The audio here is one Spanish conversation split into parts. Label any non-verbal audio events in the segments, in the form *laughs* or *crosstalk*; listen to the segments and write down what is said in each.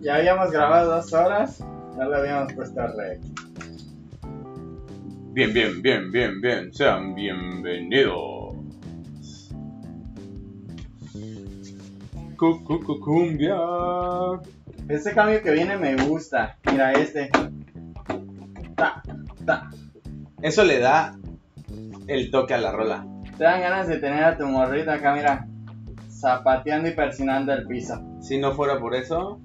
Ya habíamos grabado dos horas, ya le habíamos puesto rey. Bien, bien, bien, bien, bien. Sean bienvenidos. Cu- cu- cu- Cumbia. Este cambio que viene me gusta. Mira este. Ta, ta. Eso le da el toque a la rola. Te dan ganas de tener a tu morrita acá, mira. Zapateando y persinando el piso. Si no fuera por eso,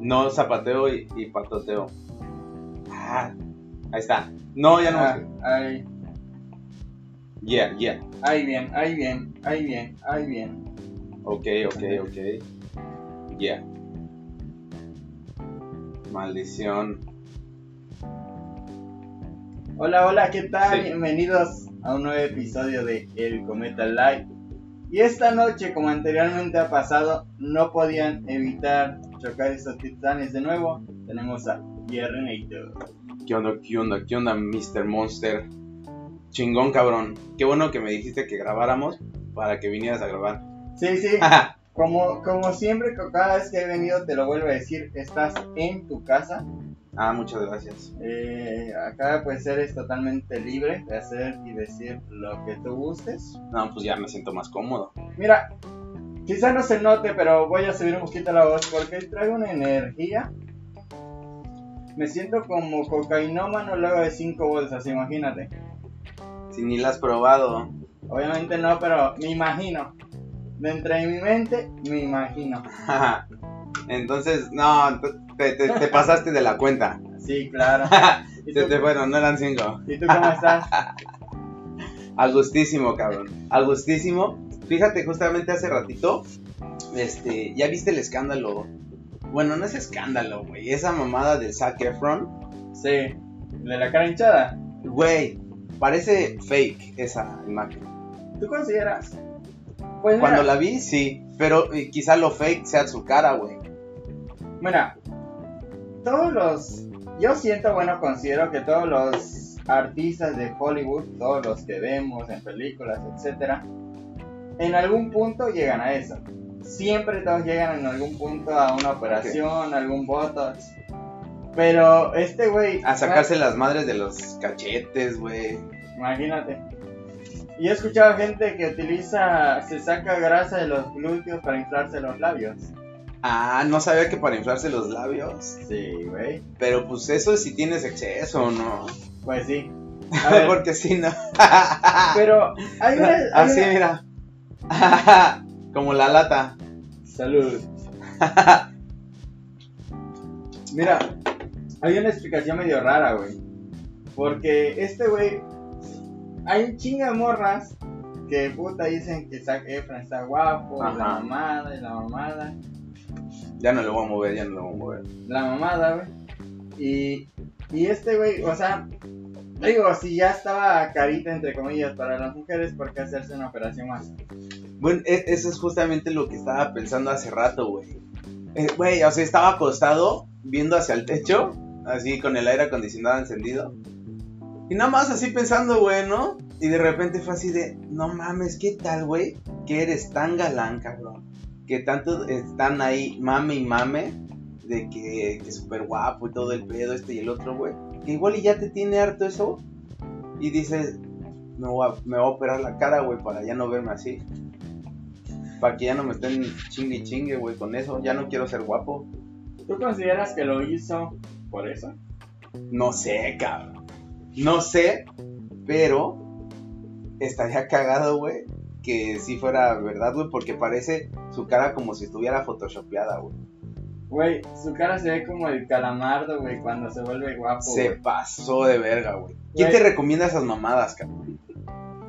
no zapateo y, y patoteo. Ah, ahí está. No, ya no. Ah, más. ahí, Yeah, yeah. ahí bien, ahí bien, ahí bien, ahí bien. Ok, ok, ok. Yeah. Maldición. Hola, hola, ¿qué tal? Sí. Bienvenidos a un nuevo episodio de El Cometa Live. Y esta noche, como anteriormente ha pasado, no podían evitar chocar estos titanes de nuevo. Tenemos a Yernator. ¿Qué onda, qué onda, qué onda, Mr. Monster? Chingón, cabrón. Qué bueno que me dijiste que grabáramos para que vinieras a grabar. *laughs* Sí, sí, Ah. como, como siempre, co- cada vez que he venido te lo vuelvo a decir, estás en tu casa. ah, muchas gracias. Eh, acá pues eres totalmente libre de hacer y decir lo que tú gustes. No, pues ya me siento más cómodo. Mira, quizás no se note, pero voy a subir un poquito la voz porque traigo una energía. Me siento como cocainómano luego de cinco bolsas, imagínate. Si ni la has probado. Obviamente no, pero me imagino. Dentro de mi mente, me imagino. *laughs* Entonces, no, te, te- te pasaste de la cuenta. Sí, claro. *laughs* ¿Y Se tú, te fueron, no eran cinco. ¿Y tú cómo estás? *laughs* A gustísimo, cabrón. A gustísimo. Fíjate, justamente hace ratito, este, ya viste el escándalo. Bueno, no es escándalo, güey. Esa mamada del Zac Efron. Sí, de la cara hinchada. Güey, parece fake esa imagen. ¿Tú consideras? Pues mira, Cuando la vi, sí. Pero eh, quizá lo fake sea su cara, güey. mira, todos los. Yo siento, bueno, considero que todos los artistas de Hollywood, todos los que vemos en películas, etcétera, en algún punto llegan a eso. Siempre todos llegan en algún punto a una operación, algún botox. Pero este güey. A sacarse las madres de los cachetes, güey. Imagínate. Y he escuchado gente que utiliza. Se saca grasa de los glúteos para inflarse los labios. Ah, no sabía que para inflarse los labios. Sí, güey. Pero pues eso es si tienes exceso, ¿no? Pues sí. A ver, Porque si no. Ah. pero hay una, hay Así, una- mira. *laughs* Como la lata. Salud. Mira, hay una explicación medio rara, güey. Porque este güey. Hay un chingo de morras que puta dicen que Zac Efron está guapo, y la Ajá. mamada, y la mamada, Ya no lo voy a mover, ya no lo voy a mover. la mamada, güey. Y, y este güey, o sea, digo, si ya estaba carita entre comillas para las mujeres, ¿por qué hacerse una operación más? Bueno, e- eso es justamente lo que estaba pensando hace rato, güey. Eh, Güey, o sea, estaba acostado, viendo hacia el techo, así con el aire acondicionado encendido. Y nada más así pensando, güey, ¿no? Y de repente fue así de, no mames, ¿qué tal, güey? Que eres tan galán, cabrón. Que tanto están ahí, mame y mame, de que, que súper guapo y todo el pedo, este y el otro, güey. Que igual y ya te tiene harto eso. Y dices, me voy a, me voy a operar la cara, güey, para ya no verme así. Para que ya no me estén chingue y chingue, güey, con eso. Ya no quiero ser guapo. ¿Tú consideras que lo hizo por eso? No sé, cabrón. No sé, pero estaría cagado, güey, que si fuera verdad, güey, porque parece su cara como si estuviera photoshopeada, güey. Güey, su cara se ve como el calamardo, güey, cuando se vuelve guapo. Se güey. pasó de verga, güey. ¿Quién Ah, Güey. te recomienda esas mamadas, cabrón?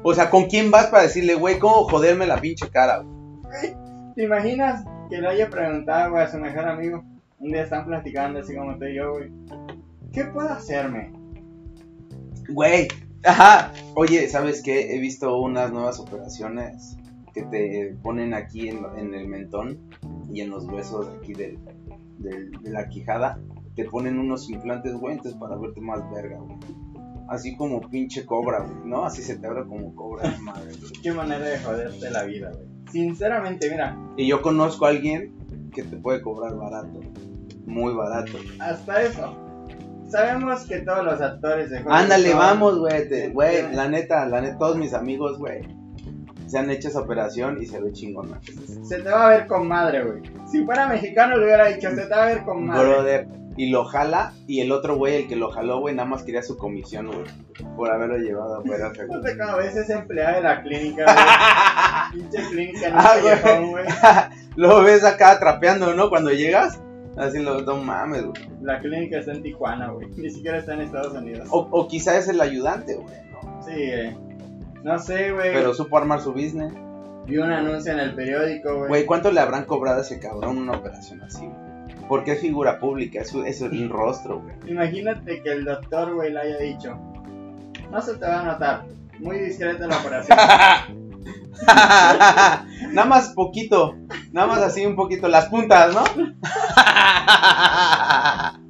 O sea, ¿con quién vas para decirle, güey, cómo joderme la pinche cara, güey? ¿Te imaginas que le haya preguntado, güey, a su mejor amigo? Un día están platicando así como tú y yo, güey. ¿Qué puedo hacerme? Güey, ajá. Oye, ¿sabes qué? He visto unas nuevas operaciones que te ponen aquí en, en el mentón y en los huesos aquí del, del- de la quijada. Te ponen unos implantes, güey, entonces para verte más verga, güey. Así como pinche cobra, güey, ¿no? Así se te abre como cobra, *laughs* no madre. güey. Qué manera de joderte la vida, güey. Sinceramente, mira, Y yo conozco a alguien que te puede cobrar barato. Muy barato. Hasta eso. Sabemos que todos los actores de Hollywood Ándale, son- vamos, güey. te- Sí, Güey, sí. la neta, la neta, todos mis amigos, güey, se han hecho esa operación y se ve chingona. Se te va a ver con madre, güey. Si fuera mexicano le hubiera dicho, se te va a ver con madre. Brother. Y lo jala, y el otro güey, el que lo jaló, güey, nada más quería su comisión, güey, por haberlo llevado afuera. No seguro. *laughs* sé cómo ves, Pues es empleada de la clínica, güey. *laughs* Pinche clínica, no Ah, se güey. llegó, güey. lo ves acá trapeando, ¿no? Cuando llegas, así lo, no mames, güey. La clínica está en Tijuana, güey. Ni siquiera está en Estados Unidos. O, o quizá es el ayudante, güey. ¿no? Sí, eh. No sé, güey. Pero supo armar su business. Vi un anuncio en el periódico, güey. Güey, ¿cuánto le habrán cobrado a ese cabrón una operación así? güey? Porque es figura pública, es, su- es un rostro, *laughs* güey. Imagínate que el doctor, güey, le haya dicho: No se te va a notar. Muy discreta la *laughs* operación. nada más poquito, nada más así un poquito, las puntas, *laughs* ¿no?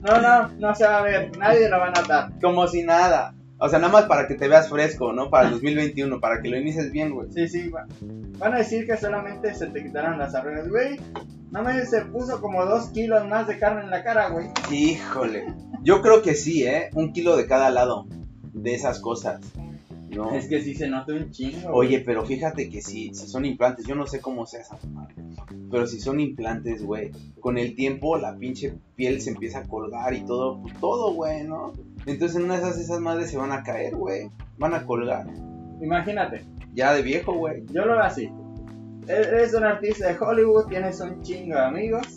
No, no, no se va a ver. Nadie lo va a notar. Como si nada. O sea, nada más para que te veas fresco, ¿no? Para el 2021, para que lo inicies bien, güey. Sí, sí, va- van a decir que solamente se te quitaron las arrugas, güey. No me se puso como dos kilos más de carne en la cara, güey. Híjole. Yo creo que sí, ¿eh? Un kilo de cada lado de esas cosas. *laughs* ¿no? Es que sí se nota un chingo. güey. Oye, pero fíjate que sí, si son implantes, yo no sé cómo sea esa mamada, Pero si son implantes, güey, con el tiempo la pinche piel se empieza a colgar y todo, pues, todo, güey, ¿no? Entonces en una de esas, esas madres se van a caer, güey. Van a colgar. imagínate, Ya de viejo, güey. yo lo veo así. Eres un artista de Hollywood, tienes un chingo de amigos.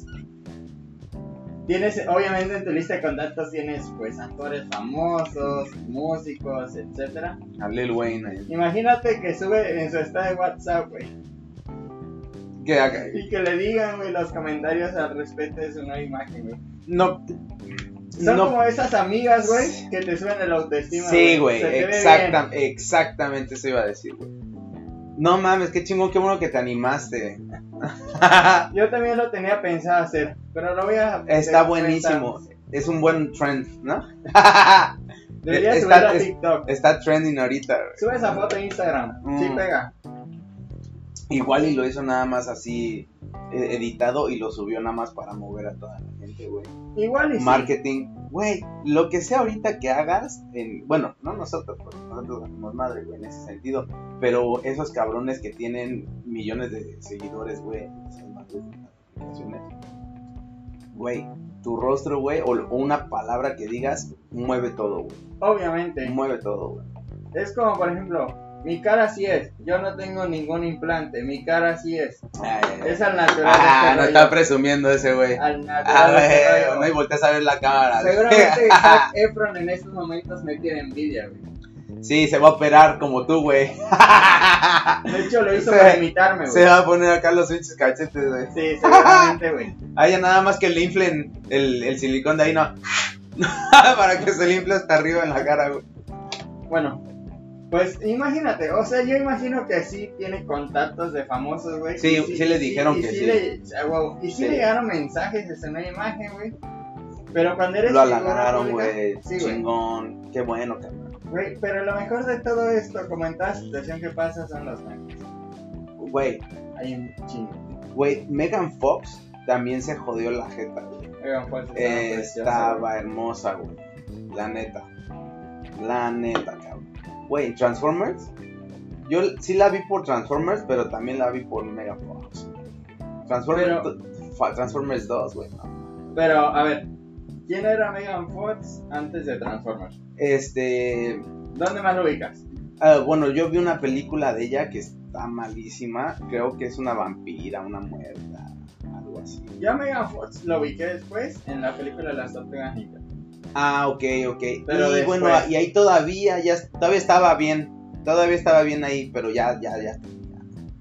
Tienes, obviamente en tu lista de contactos tienes pues actores famosos, músicos, etcétera. A Lil Wayne ahí. Imagínate que sube en su estado de WhatsApp, güey. Que haga- Y que le digan, güey, los comentarios al respecto de su nueva imagen, güey. No. Son no- como esas amigas, güey, que te suben el autoestima. Sí, güey, Se te ve exacta- exactamente eso iba a decir, güey. No mames, qué chingón, qué bueno que te animaste. *laughs* bien. Yo también lo tenía pensado hacer, pero lo voy a. Está pensar. buenísimo. Es un buen trend, ¿no? *laughs* Debería Está- subirlo a es- TikTok. Está trending ahorita, güey. Sube esa foto a Instagram. Mm. Sí, pega. Igual y lo hizo nada más así eh, editado y lo subió nada más para mover a toda la gente, güey. Igual y. sí. Marketing, güey, lo que sea ahorita que hagas, en, bueno, no nosotros, porque nosotros ganamos madre, güey, en ese sentido, pero esos cabrones que tienen millones de seguidores, güey, esas madres de las aplicaciones, güey, tu rostro, güey, o, o una palabra que digas, mueve todo, güey, Obviamente. mueve todo, güey. Es como, por ejemplo, mi cara así es. Yo no tengo ningún implante. Mi cara así es. Ay, ay, ay. Es al Ah, natural. este no rollo. está presumiendo ese, güey. Al Ah, natural. este güey, rollo. no, y volteas a ver la cámara. Seguramente Zac Efron en estos momentos me tiene envidia, güey. *laughs* Sí, se va a operar como tú, güey. *laughs* De hecho, lo hizo Se- para imitarme, güey. Se va a poner acá los pinches cachetes, güey. Sí, seguramente, güey. Ah, ya nada más que le inflen el, el silicón de ahí, no. *laughs* Para que se le infle hasta arriba en la cara, güey. Bueno, pues imagínate, o sea, yo imagino que sí tiene contactos de famosos, güey. Sí, Y sí le y dijeron y que sí. le- ah, wow, y sí, Sí. le llegaron mensajes de esa nueva imagen, güey. Pero cuando eres. Lo figura halagaron, pública- güey. Sí, güey. Chingón. Qué bueno, cabrón. Güey, Pero lo mejor de todo esto, como en toda situación que pasa, son los fans. Güey, Hay un chingo. güey, Megan Fox también se jodió la jeta, güey. Oigan, pues, estaba precioso, Estaba hermosa, güey. La neta. La neta, cabrón. Güey, Transformers. Yo sí la vi por Transformers, pero también la vi por Mega Fox. Transformers, Pero- fa- Transformers 2, güey. no. güey. Pero, a ver, ¿quién era Megan Fox antes de Transformers? Este. ¿Dónde más lo ubicas? ah, bueno, yo vi una película de ella que está malísima. Creo que es una vampira, una muerta, algo así. Yo a Megan Fox lo ubiqué después en la película Las Tortugas Ninja. Ah, ok, ok. Pero y después- bueno, y ahí todavía, ya todavía estaba bien. Todavía estaba bien ahí, pero ya, ya, ya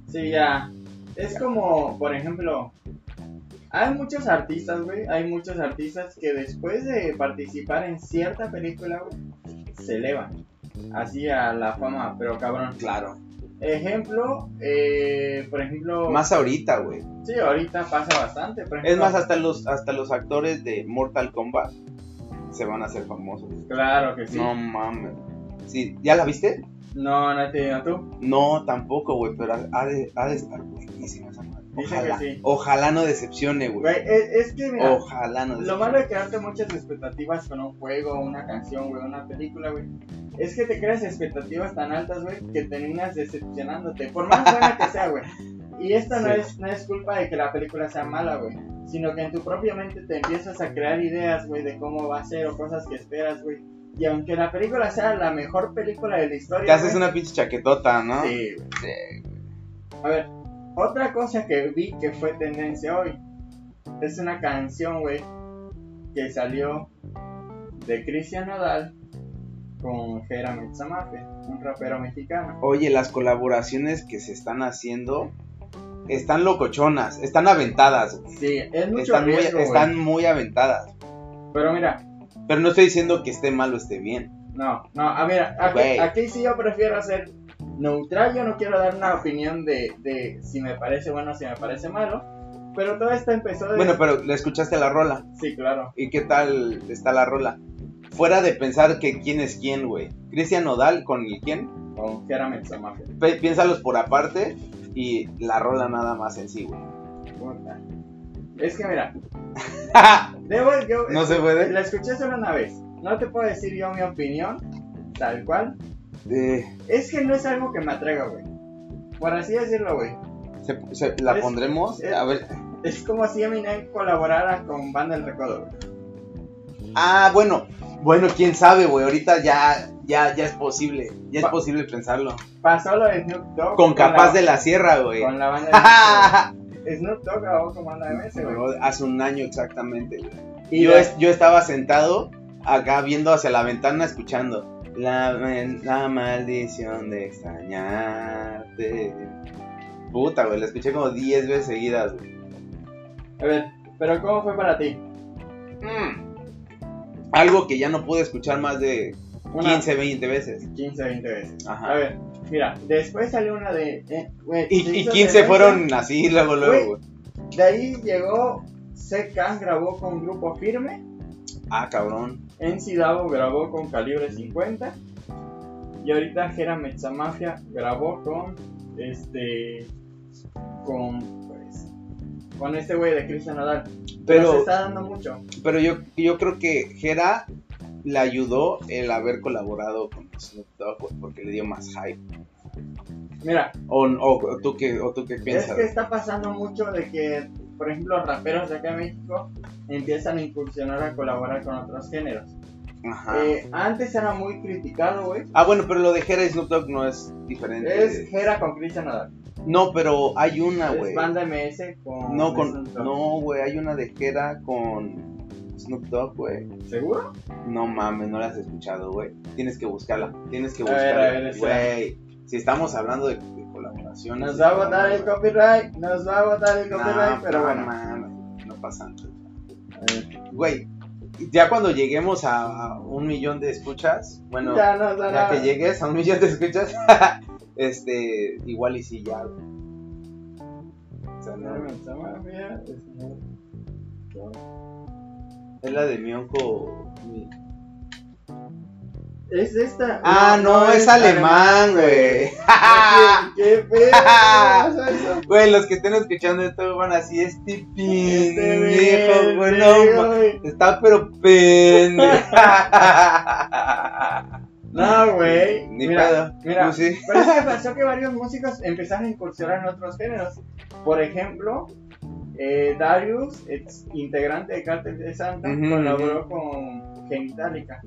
Sí, ya. Es como, por ejemplo, hay muchos artistas, güey. Hay muchos artistas que después de participar en cierta película, güey, se elevan. Así a la fama, pero cabrón. Claro. Ejemplo, eh, por ejemplo. Más ahorita, güey. Sí, ahorita pasa bastante. Por ejemplo, Es más, hasta los, hasta los actores de Mortal Kombat se van a hacer famosos. Claro que sí. No No, mames. Sí, ¿ya la viste? no, no he tenido tú. No, tampoco, güey, pero ha ha de, ha de estar buenísima esa madre. Dicen Ojalá, que sí. ojalá no decepcione, Güey, güey. es, es que, mira, Ojalá no lo decepcione. malo de crearte muchas expectativas con un juego, una canción, güey, una película, güey, es que te creas expectativas tan altas, güey, que terminas decepcionándote, por más buena que sea, güey. Y esta no, Sí. es, no es culpa de que la película sea mala, güey, sino que en tu propia mente te empiezas a crear ideas, güey, de cómo va a ser o cosas que esperas, güey. Y aunque la película sea la mejor película de la historia, Te haces güey, una pinche chaquetota, ¿no? Sí, güey. A ver, otra cosa que vi que fue tendencia hoy es una canción, güey, que salió de Cristian Nadal con Jera Mitsamafe, un rapero mexicano. Oye, las colaboraciones que se están haciendo están locochonas, están aventadas, güey. Sí, es mucho están, muy, riesgo, güey. están muy aventadas. Pero mira, Pero no estoy diciendo que esté mal o esté bien. no, no, a ver, aquí, Güey. aquí sí yo prefiero ser neutral, yo no quiero dar una opinión de, de si me parece bueno o si me parece malo, pero todo esto empezó de... Bueno, pero le escuchaste la rola. Sí, claro. ¿Y qué tal está la rola? Fuera de pensar que quién es quién, güey. Cristian Nodal con el quién. Con Jera Mitsamafe. pe- piénsalos por aparte y la rola nada más en sí, güey. *laughs* Puta. Es que mira, debo, yo no se puede. la escuché solo una vez. No te puedo decir yo mi opinión, tal cual. Eh, Es que no es algo que me atraiga, güey. Por así decirlo, güey. se- se- la Es- pondremos. es- A ver. Es como si Eminem colaborara con Banda del Recodo, güey. Ah, bueno. Bueno, quién sabe, güey. Ahorita ya, ya, ya es posible. Ya es Va- posible pensarlo. Pasó lo de Snoop Dogg. Con Capaz la- de la Sierra, güey. Con la banda *laughs* de Snoop Dogg grabó con Banda MS, güey. Hace un año exactamente, güey. Y yo, la- es- yo estaba sentado acá viendo hacia la ventana escuchando la, men- la maldición de extrañarte. Puta, güey, la escuché como 10 veces seguidas, güey. A ver, pero ¿cómo fue para ti? Mm. Algo que ya no pude escuchar más de Una Ah, 15, 20 veces. 15, 20 veces. A Ajá. ver, mira, después salió una de... eh, güey, se Ah. Y, y 15 hizo tendencia. fueron así, luego, luego, güey. De ahí llegó Secan, grabó con Grupo Firme. Ah, cabrón. NC Davo grabó con Calibre 50. Y ahorita Jera Metzamafia grabó con este. con. pues. con este güey de Cristian Nadal. Pero, Pero- se está dando mucho. Pero yo, yo creo que Jera le ayudó el haber colaborado con Snoop Dogg, güey, porque le dio más hype. Mira, O, o- o tú, qué, o tú qué piensas. es que está pasando mucho de que, por ejemplo, raperos de acá en México empiezan a incursionar a colaborar con otros géneros. Ajá. Eh, antes era muy criticado, güey. Ah, bueno, pero lo de Jera y Snoop Dogg no es diferente. Es Jera con Cristian Nadal. No, pero hay una, Es güey. banda MS con. No, Snoop con... Dogg. no, güey, hay una de Jera con Snoop Dogg, güey. ¿Seguro? No mames, no la has escuchado, güey. Tienes que buscarla, tienes que A ver, a ver, buscarla. espera. Güey, si estamos hablando de, de colaboraciones... Nos va a botar el copyright, nos va a botar el copyright, No, pero no bueno. mames, no pasa nada. Güey, ya cuando lleguemos a a un millón de escuchas, bueno, ya nos da ya nada. que llegues a un *laughs* millón de escuchas, este, igual y sí ya. güey. O sea, no, es la de Mionco. mi- Es esta. Ah, no, es alemán, güey. Ah, ¡Qué, qué *laughs* pedo, ¿qué es eso? Güey, los que estén escuchando esto van así, este Este pendejo, güey, güey, no ma- güey. Está pero pendejo. *laughs* No, güey. Ni Mira, pedo. mira. Pues sí. Pero es que pasó que varios músicos empezaron a incursionar en otros géneros. Por ejemplo, eh, Darius, ex integrante de Cártel de Santa, Ujú, colaboró con Genitalica.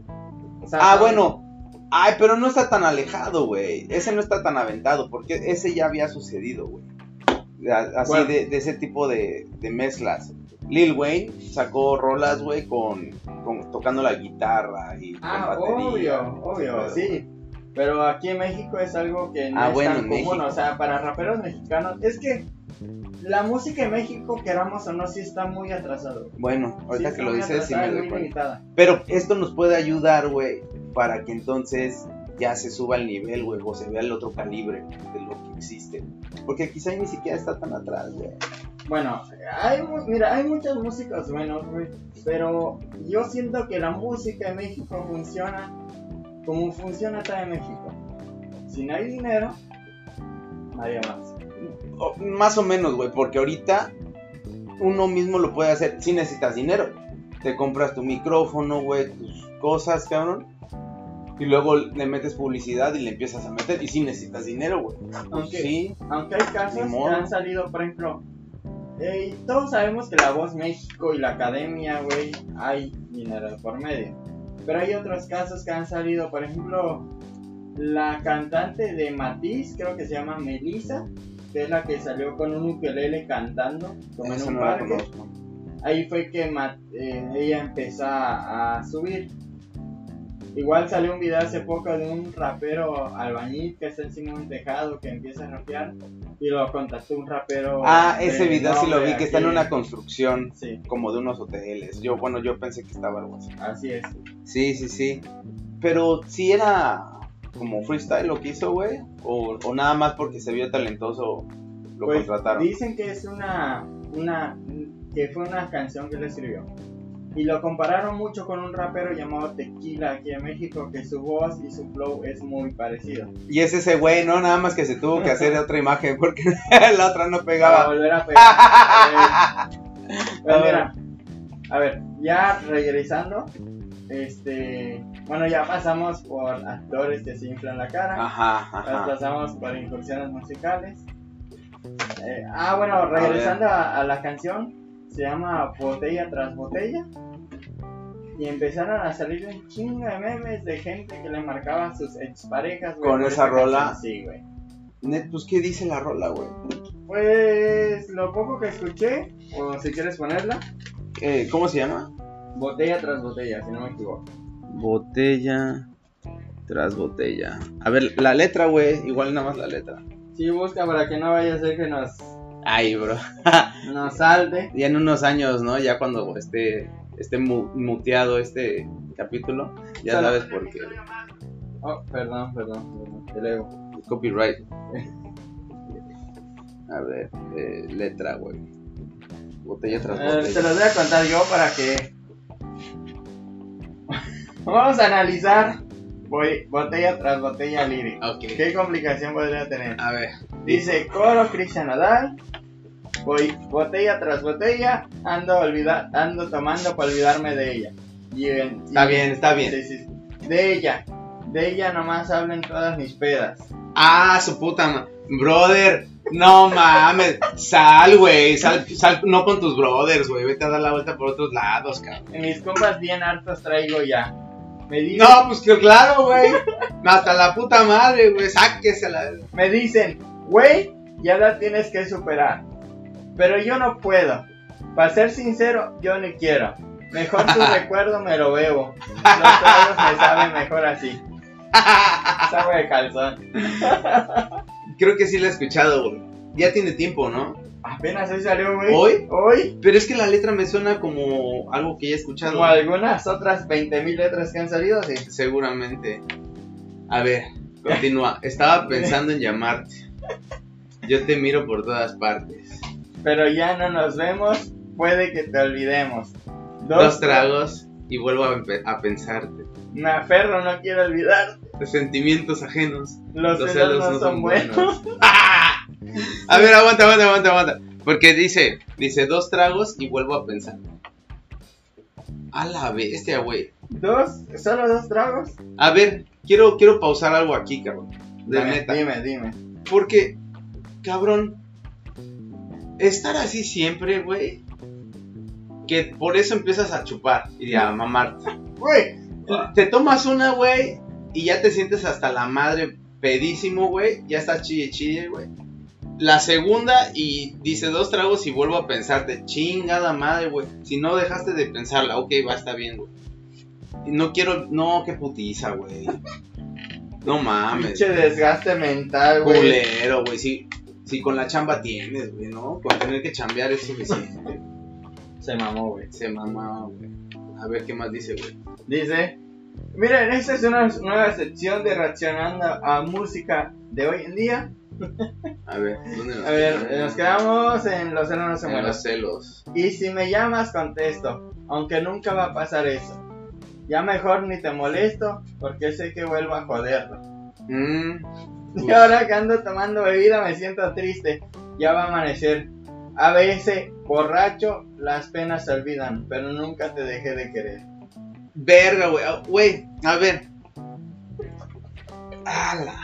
O sea, Ah, no- bueno. Ay, pero no está tan alejado, güey. Ese no está tan aventado, porque ese ya había sucedido, güey. A- Así Bueno. de, de ese tipo de, de mezclas. Lil Wayne sacó rolas, güey, con, con- tocando la guitarra y con Ah, batería. obvio, obvio, sí. Pero aquí en México es algo que no Ah, es bueno, tan en común. México. O sea, para raperos mexicanos, es que la música en México, queramos o no, sí está muy atrasado. Bueno, ahorita Sí que está lo muy dices, sí atrasada me y doy muy cuenta. limitada. Pero esto nos puede ayudar, güey, para que entonces ya se suba el nivel, güey, o se vea el otro calibre de lo que existe. Porque quizá ni siquiera está tan atrás, güey. Bueno, hay, mu- mira, hay muchas músicas buenas, güey, pero yo siento que la música en México funciona como funciona acá en México. Si no hay dinero, nadie más. o- más o menos, güey, porque ahorita uno mismo lo puede hacer si necesitas dinero. Te compras tu micrófono, güey, tus cosas, cabrón. Y luego le metes publicidad y le empiezas a meter. Y si necesitas dinero, güey. Pues Ok. sí, Aunque hay casos Ni que modo. han salido, por ejemplo, eh, todos sabemos que la Voz México y la Academia, güey, hay dinero de por medio. Pero hay otros casos que han salido, por ejemplo, la cantante de Matiz, creo que se llama Melissa, que es la que salió con un ukelele cantando, como en eso un no lo parque conozco. ahí fue que Ma- eh, ella empezó a, a subir. Igual salió un video hace poco de un rapero albañil que está encima de un tejado que empieza a rapear y lo contactó un rapero. Ah, de ese video sí lo este nombre vi, que está en aquí. una construcción Sí, como de unos hoteles. Yo, bueno, yo pensé que estaba algo así. así es. Sí, sí, sí. Pero si era como freestyle lo que hizo, güey. O, o nada más porque se vio talentoso lo Pues, contrataron. Dicen que es una, una. que fue una canción que él escribió. Y lo compararon mucho con un rapero llamado Tequila aquí en México, que su voz y su flow es muy parecido. Y es ese güey, ¿no? Nada más que se tuvo que hacer otra imagen porque *laughs* la otra no Para pegaba. volver a pegar. *laughs* A ver. Pues mira, a ver, ya regresando, este, bueno, ya pasamos por actores que se inflan la cara, Ajá, ya ajá. pasamos por incursiones musicales. Eh, ah, bueno, regresando a, a la canción, se llama Botella tras Botella. Y empezaron a salir un chingo de memes de gente que le marcaba a sus exparejas. güey, Con por esa rola. canción. Sí, güey. Net, pues, ¿qué dice la rola, güey? Pues lo poco que escuché, o si quieres ponerla, Eh, ¿Cómo se llama? botella tras botella, si no me equivoco. Botella tras botella. A ver, la letra, güey. Igual nada más la letra. Sí, busca para que no vaya a ser que nos, Ay, bro. nos salte. ya en unos años, ¿no? Ya cuando esté, esté mu- muteado este capítulo, ya Solo- sabes por qué. Oh, perdón, perdón, perdón, te leo. Copyright. A ver, eh, letra, güey. Botella tras Eh, te botella. los voy a contar yo para que. *laughs* Vamos a analizar voy, botella tras botella lírica. Ok. ¿Qué complicación podría tener? A ver. Dice coro Cristian Nodal. Voy botella tras botella, ando olvida- ando tomando para olvidarme de ella. Y en- Está y- bien, está bien. sí, sí, sí. De ella, de ella nomás hablan todas mis pedas. Ah, su puta ma- Brother, no mames. Sal, güey. Sal, sal, no con tus brothers, güey. Vete a dar la vuelta por otros lados, cabrón. En mis compas bien hartos traigo ya. Me dicen, No, pues que claro, güey. Hasta la puta madre, güey. Sáquesela. me dicen, güey, ya la tienes que superar. Pero yo no puedo. Para ser sincero, yo no quiero. Mejor *laughs* tu recuerdo me lo bebo. Los tragos me saben mejor así. *laughs* Sago de calzón. Creo que sí la he escuchado, güey. Ya tiene tiempo, ¿no? Apenas hoy salió, güey. ¿Hoy? Hoy. Pero es que la letra me suena como algo que ya he escuchado. Como algunas otras 20.000 letras que han salido, sí. Seguramente. A ver, continúa. Estaba pensando en llamarte. Yo te miro por todas partes. Pero ya no nos vemos, puede que te olvidemos. Dos tragos y vuelvo a, empe- a pensarte. Me aferro, no quiero olvidar. Sentimientos ajenos. Los, celos, no, son buenos. ¡Ah! *laughs* A ver, aguanta, aguanta, aguanta, aguanta. Porque dice, dice dos tragos y vuelvo a pensar. A la bestia, güey. Dos, solo dos tragos. A ver, quiero, quiero pausar algo aquí, cabrón. De Dime, neta. Dime, dime. Porque, cabrón, estar así siempre, güey. Que por eso empiezas a chupar y a mamarte. Güey, Te tomas una, güey, y ya te sientes hasta la madre pedísimo, güey. Ya estás chille chille, güey. La segunda y dice dos tragos y vuelvo a pensarte. Chingada madre, güey. Si no dejaste de pensarla, ok, va, está bien, güey. Y No quiero, no, qué putiza, güey. No mames. pinche desgaste mental, güey. Culero, güey. Si, si con la chamba tienes, güey, ¿no? Con tener que chambear es suficiente. Se mamó, güey. Se mamaba, güey. A ver qué más dice, güey. Dice, miren, esta es una nueva sección de reaccionando a música de hoy en día. A ver, ¿dónde nos A ver, nos quedamos en los celos no se En mueran. los celos. Y si me llamas, contesto, aunque nunca va a pasar eso. Ya mejor ni te molesto, porque sé que vuelvo a joderlo. *laughs* Mm, Y ahora que ando tomando bebida me siento triste. Ya va a amanecer. A veces, borracho, las penas se olvidan, pero nunca te dejé de querer. verga, güey. Ah, Güey, a ver. Ala.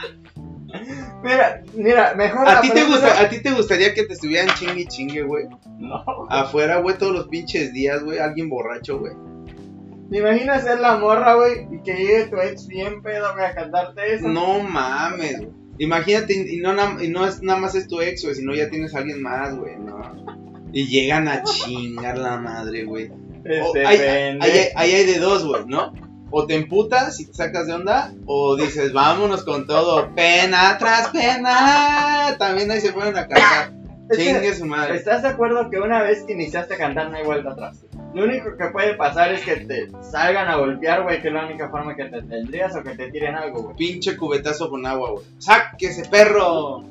Mira, mira, mejor. ¿A la ti, te película- gusta, ¿A ti te gustaría que te estuvieran chingue y chingue, güey? No. Afuera, güey, todos los pinches días, güey. Alguien borracho, güey. ¿Te imaginas ser la morra, güey? Y que llegue tu ex bien pedo, güey, a cantarte eso. No mames, güey. Imagínate, y no, na- y no es, nada más es tu ex, güey, sino ya tienes a alguien más, güey, no. Y llegan a chingar la madre, güey. O- Este ahí, pendejo. ahí- ahí hay de dos, güey, ¿no? O te emputas y te sacas de onda, o dices, vámonos con todo, pena tras pena. También ahí se fueron a cagar. *coughs* Es que- Chingue su madre. ¿Estás de acuerdo que una vez que iniciaste a cantar no hay vuelta atrás? Lo único que puede pasar es que te salgan a golpear, güey, que es la única forma que te tendrías o que te tiren algo, güey. Pinche cubetazo con agua, güey. ¡Sáquese, perro!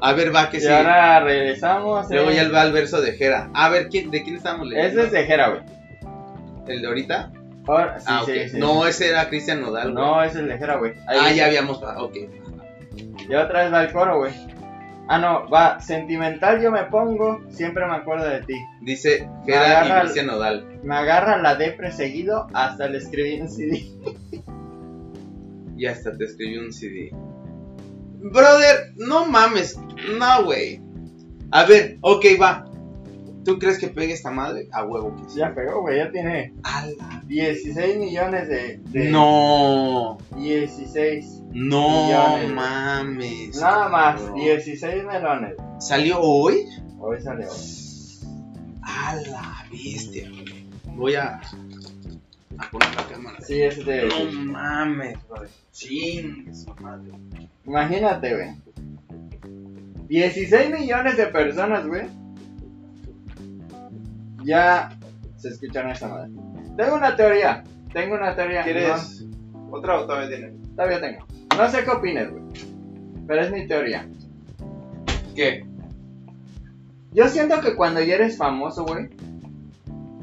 A ver, va, que Y sí. ahora regresamos. Luego eh. ya va el verso de Jera. A ver, ¿quién, ¿de quién estábamos leyendo? Ese es de Jera, güey. ¿El de ahorita? Ahora- sí, ah, ok. sí, sí. no, ese era Cristian Nodal. güey. no, ese es el de Jera, güey. Ahí ah, dice- ya habíamos. ah, ok. Y otra vez va el coro, güey. Ah, no, va. Sentimental yo me pongo, siempre me acuerdo de ti. Dice Jera Agarra el- y Cristian Nodal. Me agarra la depre seguido hasta le escribí un CD. Y hasta te escribí un CD. Brother, no mames. No, güey. A ver, ok, va. ¿Tú crees que pegue esta madre? A huevo que sí. *laughs* Ya pegó, güey, ya tiene Ala. 16 millones de. de- No. 16. No Millones. mames. Nada más, cabrón. 16 melones. ¿Salió hoy? Hoy salió. A la bestia. güey. Voy a, a poner la cámara. Sí, es de. No mames, brother. Chingue su madre. Imagínate, güey. 16 millones de personas, güey. Ya se escucharon esta madre. Tengo una teoría. Tengo una teoría. No- ¿Quieres otra o todavía tienes? Todavía tengo. No sé qué opinas, güey. Pero es mi teoría. ¿Qué? Yo siento que cuando ya eres famoso, güey.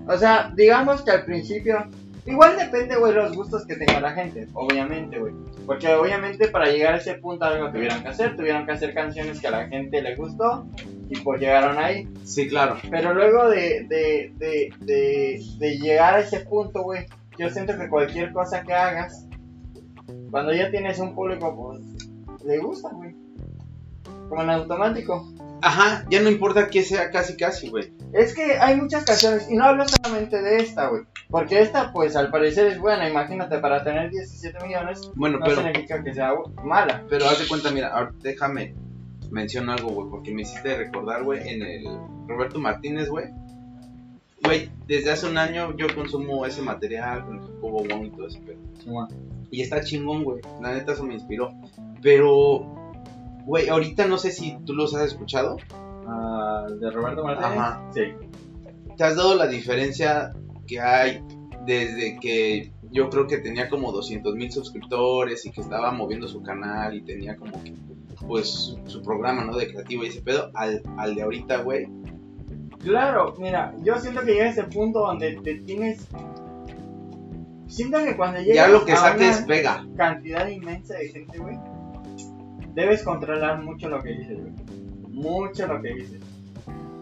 O sea, digamos que al principio. Igual depende, güey, los gustos que tenga la gente. Obviamente, güey. Porque obviamente para llegar a ese punto algo tuvieron que hacer. Tuvieron que hacer canciones que a la gente le gustó. Y pues llegaron ahí. Sí, claro. Pero luego de, de, de, de, de llegar a ese punto, güey, yo siento que cualquier cosa que hagas, cuando ya tienes un público, pues, le gusta, güey. Como en automático. Ajá, ya no importa que sea casi casi, güey. Es que hay muchas canciones, y no hablo solamente de esta, güey. Porque esta, pues, al parecer es buena. Imagínate, para tener 17 millones, Bueno, no pero, significa que sea bu- mala. pero haz de cuenta, mira, ahor- déjame mencionar algo, güey, porque me hiciste recordar, güey, en el Roberto Martínez, güey. Güey, desde hace un año yo consumo ese material, con el cubo Wong y todo ese pedo. Y está chingón, güey. La neta, eso me inspiró. Pero, güey, ahorita no sé si tú los has escuchado. Ah, de Roberto Martínez. Ajá. Sí. ¿Te has dado la diferencia que hay desde que yo creo que tenía como 200 mil suscriptores y que estaba moviendo su canal y tenía como que, pues, su, su programa, ¿no? De creativo y ese pedo, al, al de ahorita, güey. Claro, mira, yo siento que llega ese punto donde te tienes. Siento que cuando Ya llegas lo que a saques una pega. cantidad inmensa de gente, güey, debes controlar mucho lo que dices, güey. Mucho lo que dices.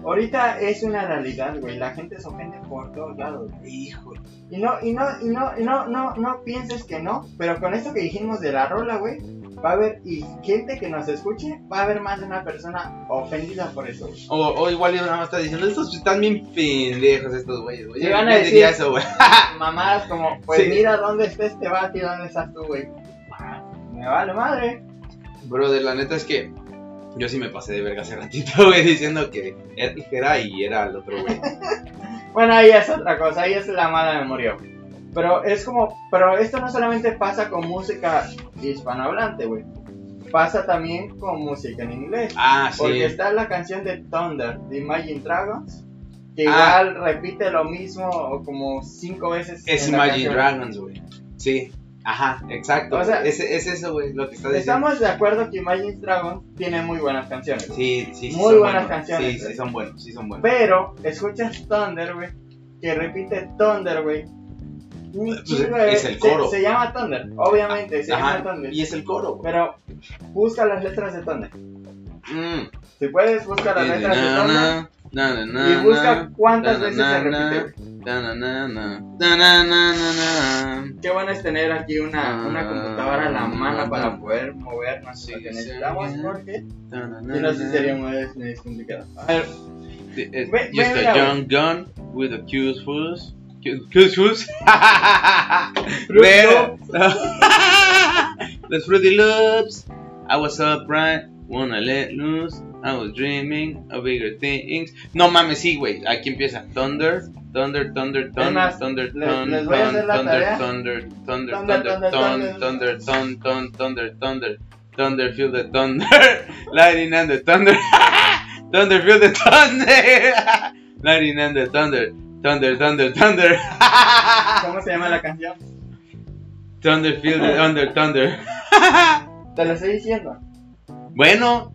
Ahorita es una realidad, güey. La gente se ofende por todos lados. Hijo. Y no, y no, y no, y no, no, no pienses que no. Pero con esto que dijimos de la rola, güey, va a haber, y gente que nos escuche, va a haber más de una persona ofendida por eso, güey. O, o igual yo nada más está diciendo, estos están bien pendejos estos güeyes, güey. Y Yo, van a yo diría decir- eso, güey. mamadas como, pues Sí. mira dónde está este vato y dónde estás tú, güey. Ah, Me vale madre. Brother, la neta es que yo sí me pasé de verga hace ratito, *laughs* güey, diciendo que era tijera y era el otro, güey. Bueno, ahí es otra cosa, ahí es la mala memoria, güey. Pero es como, pero esto no solamente pasa con música hispanohablante, güey. Pasa también con música en inglés. Ah, sí. Porque está la canción de Thunder, de Imagine Dragons, que Ah. igual repite lo mismo o como cinco veces. Es en la Imagine canción. Dragons, güey. Sí. Ajá, exacto. O sea, güey. es, es eso, güey, lo que estás diciendo. Estamos de acuerdo que Imagine Dragons tiene muy buenas canciones. Sí, sí, sí. Muy son buenas buenos. canciones, Sí, güey. sí, son buenos, sí, son buenos. Pero escuchas Thunder, güey, que repite Thunder, güey, Ni Pues, chingo de- es el coro. Se, se llama Thunder, obviamente, se Ajá, llama Thunder. y es el coro, güey. Pero busca las letras de Thunder. Mm. Si puedes, busca las letras de Thunder. Na, na, na, na, Y busca na, cuántas na, veces na, se repite. na, güey. na, na, na, na, na, na, na, na. Qué bueno es tener aquí una, una Ah, computadora a la mano ah, para ah. poder movernos. Sí, lo que sí, necesitamos ah. porque Na, na, na, si no, sí na. sería muy es- es complicado. Sí, es Ve- Just ve, a mira, uh, young gun with a cute fuse. Cute *laughs* fuse. Fruit Ver- *laughs* Los Fruity Loops. I was upright, wanna let loose. I was dreaming of bigger things. No mames, sí, güey. Aquí empieza Thunder, Thunder, Thunder, Es Thunder, más, Thunder, les- Thunder, les voy a hacer la tarea. Thunder, Thunder, Thunder, Thunder, Thunder, Thunder, Thunder, Thunder, Thunder, Thunder, Thunder, feel the Thunder, *laughs* Lightning and the Thunder, *laughs* Thunder, feel the Thunder, *laughs* Lightning and the Thunder, Thunder, Thunder, *laughs* Thunder. ¿Cómo se llama la canción? Thunder, feel the thunder, thunder. Te lo estoy diciendo. Bueno,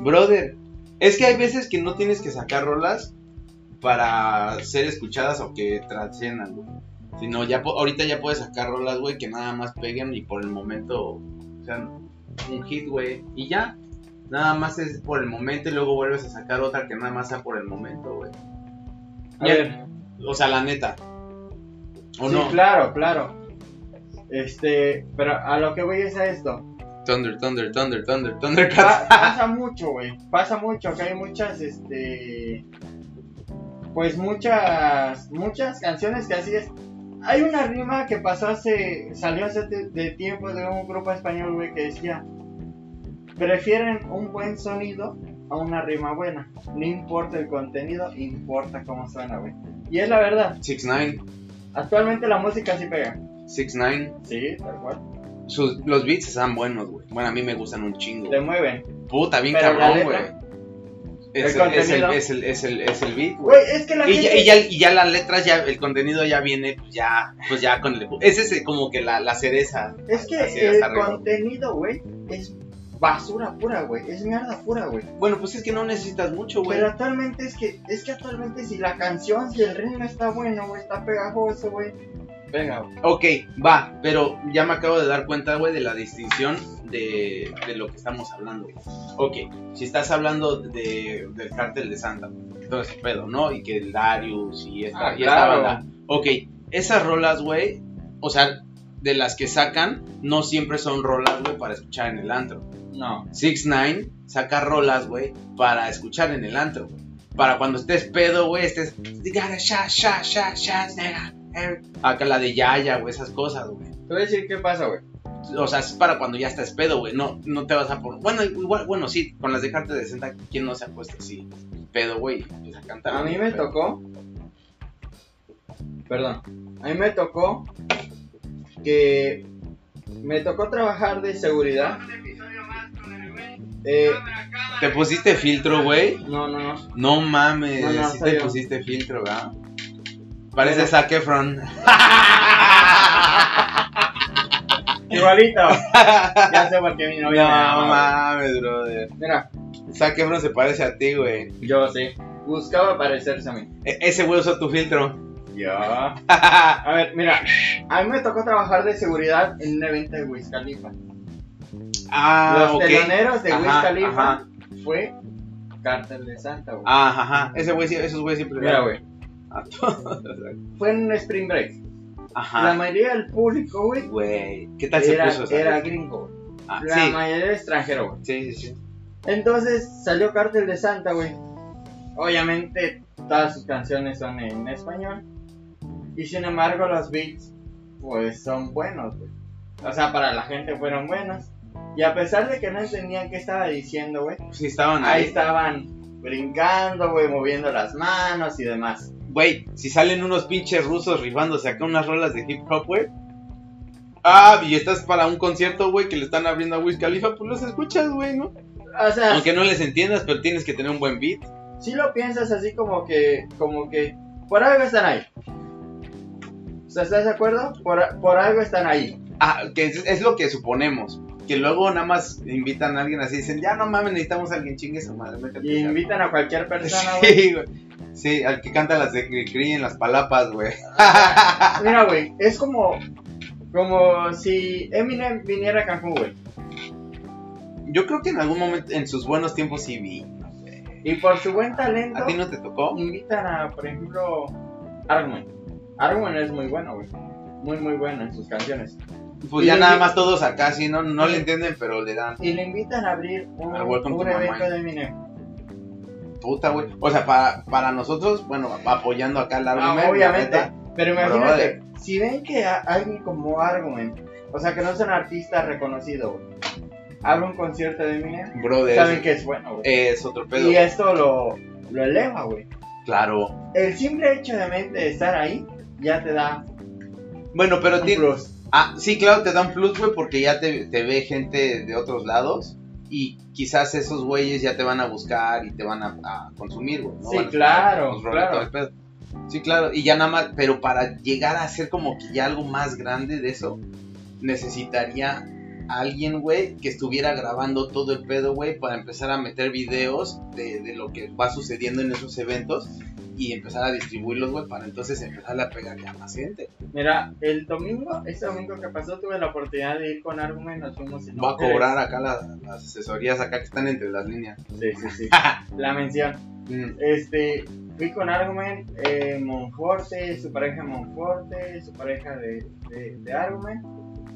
brother, es que hay veces que no tienes que sacar rolas para ser escuchadas o que trasciendan, güey. Sino ya po- ahorita ya puedes sacar rolas, güey, que nada más peguen y por el momento sean un hit, güey. Y ya, nada más es por el momento y luego vuelves a sacar otra que nada más sea por el momento, güey. A Ya, ver. O sea, la neta. ¿O sí, no? claro, claro. Este, pero a lo que voy es a esto. Thunder, thunder, thunder, thunder, thunder, *laughs* Pa- pasa mucho, güey. Pasa mucho, que hay muchas, este. Pues muchas, muchas canciones que así es. Hay una rima que pasó hace. salió hace te- de tiempo de un grupo español, güey, que decía. Prefieren un buen sonido a una rima buena. No importa el contenido, importa cómo suena, güey. Y es la verdad. 6ix9ine, Actualmente la música sí pega. 6ix9ine. Sí, tal cual. Sus- los beats están buenos, güey. Bueno, a mí me gustan un chingo. Te mueven. Puta, bien Pero la cabrón, güey. letra, Es, el el- es el, contenido. es, el, es, el, es el beat, güey. Güey, es que la Y gente. ya, y, ya, y ya las letras, ya el contenido ya viene, pues ya, pues ya con el... Ese es como que la, la cereza. Es que Así, el hasta arriba. contenido, güey, es basura pura, güey. Es mierda pura, güey. Bueno, pues es que no necesitas mucho, güey. Pero actualmente es que, es que actualmente si la canción, si el ritmo está bueno, güey, está pegajoso, güey. Venga, güey. Ok, va, pero ya me acabo de dar cuenta, güey, de la distinción de, de lo que estamos hablando. güey. Ok, si estás hablando de, del cártel de Santa, güey, todo ese pedo, ¿no? Y que el Darius y esta, Ah, y esta claro. banda. Ok, esas rolas, güey, o sea, de las que sacan, no siempre son rolas, güey, para escuchar en el antro. No. 6 9 saca rolas, güey, para escuchar en el antro, güey. Para cuando estés pedo, güey, estés. "You gotta shot, shot, shot, shot, nigga, eh". Acá la de Yaya, güey, esas cosas, güey. Te voy a decir qué pasa, güey. O sea, es para cuando ya estás pedo, güey. No, no te vas a poner. Bueno, igual, bueno, sí, con las de carta de 60, ¿quién no se ha puesto así? Pedo, güey. y empieza A, cantar, A mí güey, me pero- tocó. Perdón. A mí me tocó que me tocó trabajar de seguridad. Eh, ¿Te pusiste filtro, güey? no, no, no. No mames, No, no, sí soy te yo. pusiste filtro, ¿verdad? Parece Pero- Zac *laughs* Efron. *laughs* Igualito. ya sé por qué *laughs* mi No novia. me ama, güey. mames, brother. Mira, Zac Efron se parece a ti, güey. yo sí. Buscaba parecerse a mí. E- ese güey usó tu filtro. Yo. *laughs* A ver, mira. A mí me tocó trabajar de seguridad en un evento de Wiz Khalifa. ah, Los ok. teloneros de Wiz Ajá, Khalifa ajá. fue Cártel de Santa, güey. Ah, ajá. Ese güey, sí- esos güeyes siempre. mira, güey. A todos. Fue en un spring break. La Ajá. mayoría del público, güey, Güey. ¿Qué tal era, se puso? esa? era gringo. güey. Ah, La mayoría era extranjero, güey. sí. sí, sí, sí. Entonces salió Cártel de Santa, güey. Obviamente todas sus canciones son en español. Y sin embargo los beats, pues son buenos, güey. O sea, para la gente fueron buenos. Y a pesar de que no entendían qué estaba diciendo, güey, Pues Sí, estaban ahí ahí. estaban brincando, güey, moviendo las manos y demás. Güey, si salen unos pinches rusos rifándose acá unas rolas de hip hop, güey. Ah, y estás para un concierto, güey, que le están abriendo a Wiz Khalifa, pues los escuchas, güey, *laughs* ¿no? O sea, Aunque no les entiendas, pero tienes que tener un buen beat. si lo piensas así como que, como que, por algo están ahí. O sea, ¿estás de acuerdo? Por, por algo están ahí. Ah, que es, es lo que suponemos. Que luego nada más invitan a alguien así y dicen, ya no mames, necesitamos a alguien chingue su madre. vete a Y picar". invitan a cualquier persona, *laughs* güey. Sí, güey. Sí, al que canta las de Cricri en las palapas, güey. Mira, güey, es como, como si Eminem viniera a Cancún, güey. Yo creo que en algún momento, en sus buenos tiempos sí vi. Y por su buen talento, ¿A ti no te tocó? invitan a, por ejemplo, Arwen. Arwen es muy bueno, güey. Muy, muy bueno en sus canciones. Pues ya nada más todos acá, sí, no, no le entienden, pero le dan Y le invitan a abrir un, Al Welcome un to my evento mind. de Eminem. puta, güey. O sea, para, para nosotros, bueno, apoyando acá al Ah, álbum. la obviamente. neta. Pero Pero imagínate, si ven que a- alguien como Arwen, o sea, que no es un artista reconocido, güey, abre un concierto de Eminem, Brother, saben es, que es bueno, güey. es otro pedo. y esto lo, lo eleva, güey. Claro. El simple hecho de, mente de estar ahí ya te da Bueno, pero un ti- plus. Ah, sí, claro, te dan plus, güey, porque ya te, te ve gente de otros lados. Y quizás esos güeyes ya te van a buscar y te van a, a consumir, güey. Sí, Van a escuchar, claro, pues, rolar claro. todo el pedo. Sí, claro, y ya nada más, pero para llegar a ser como que ya algo más grande de eso, necesitaría a alguien, güey, que estuviera grabando todo el pedo, güey, para empezar a meter videos de, de lo que va sucediendo en esos eventos y empezar a distribuirlos, güey, para entonces empezar a pegarle a más gente. Mira, el domingo, este domingo que pasó, tuve la oportunidad de ir con Argument, nos fuimos en Va a hoteles. cobrar acá la- las asesorías acá que están entre las líneas. Sí, sí, *laughs* sí. la mención. Este, fui con Argument, eh, Monforte, su pareja Monforte, su pareja de, de, de Argument,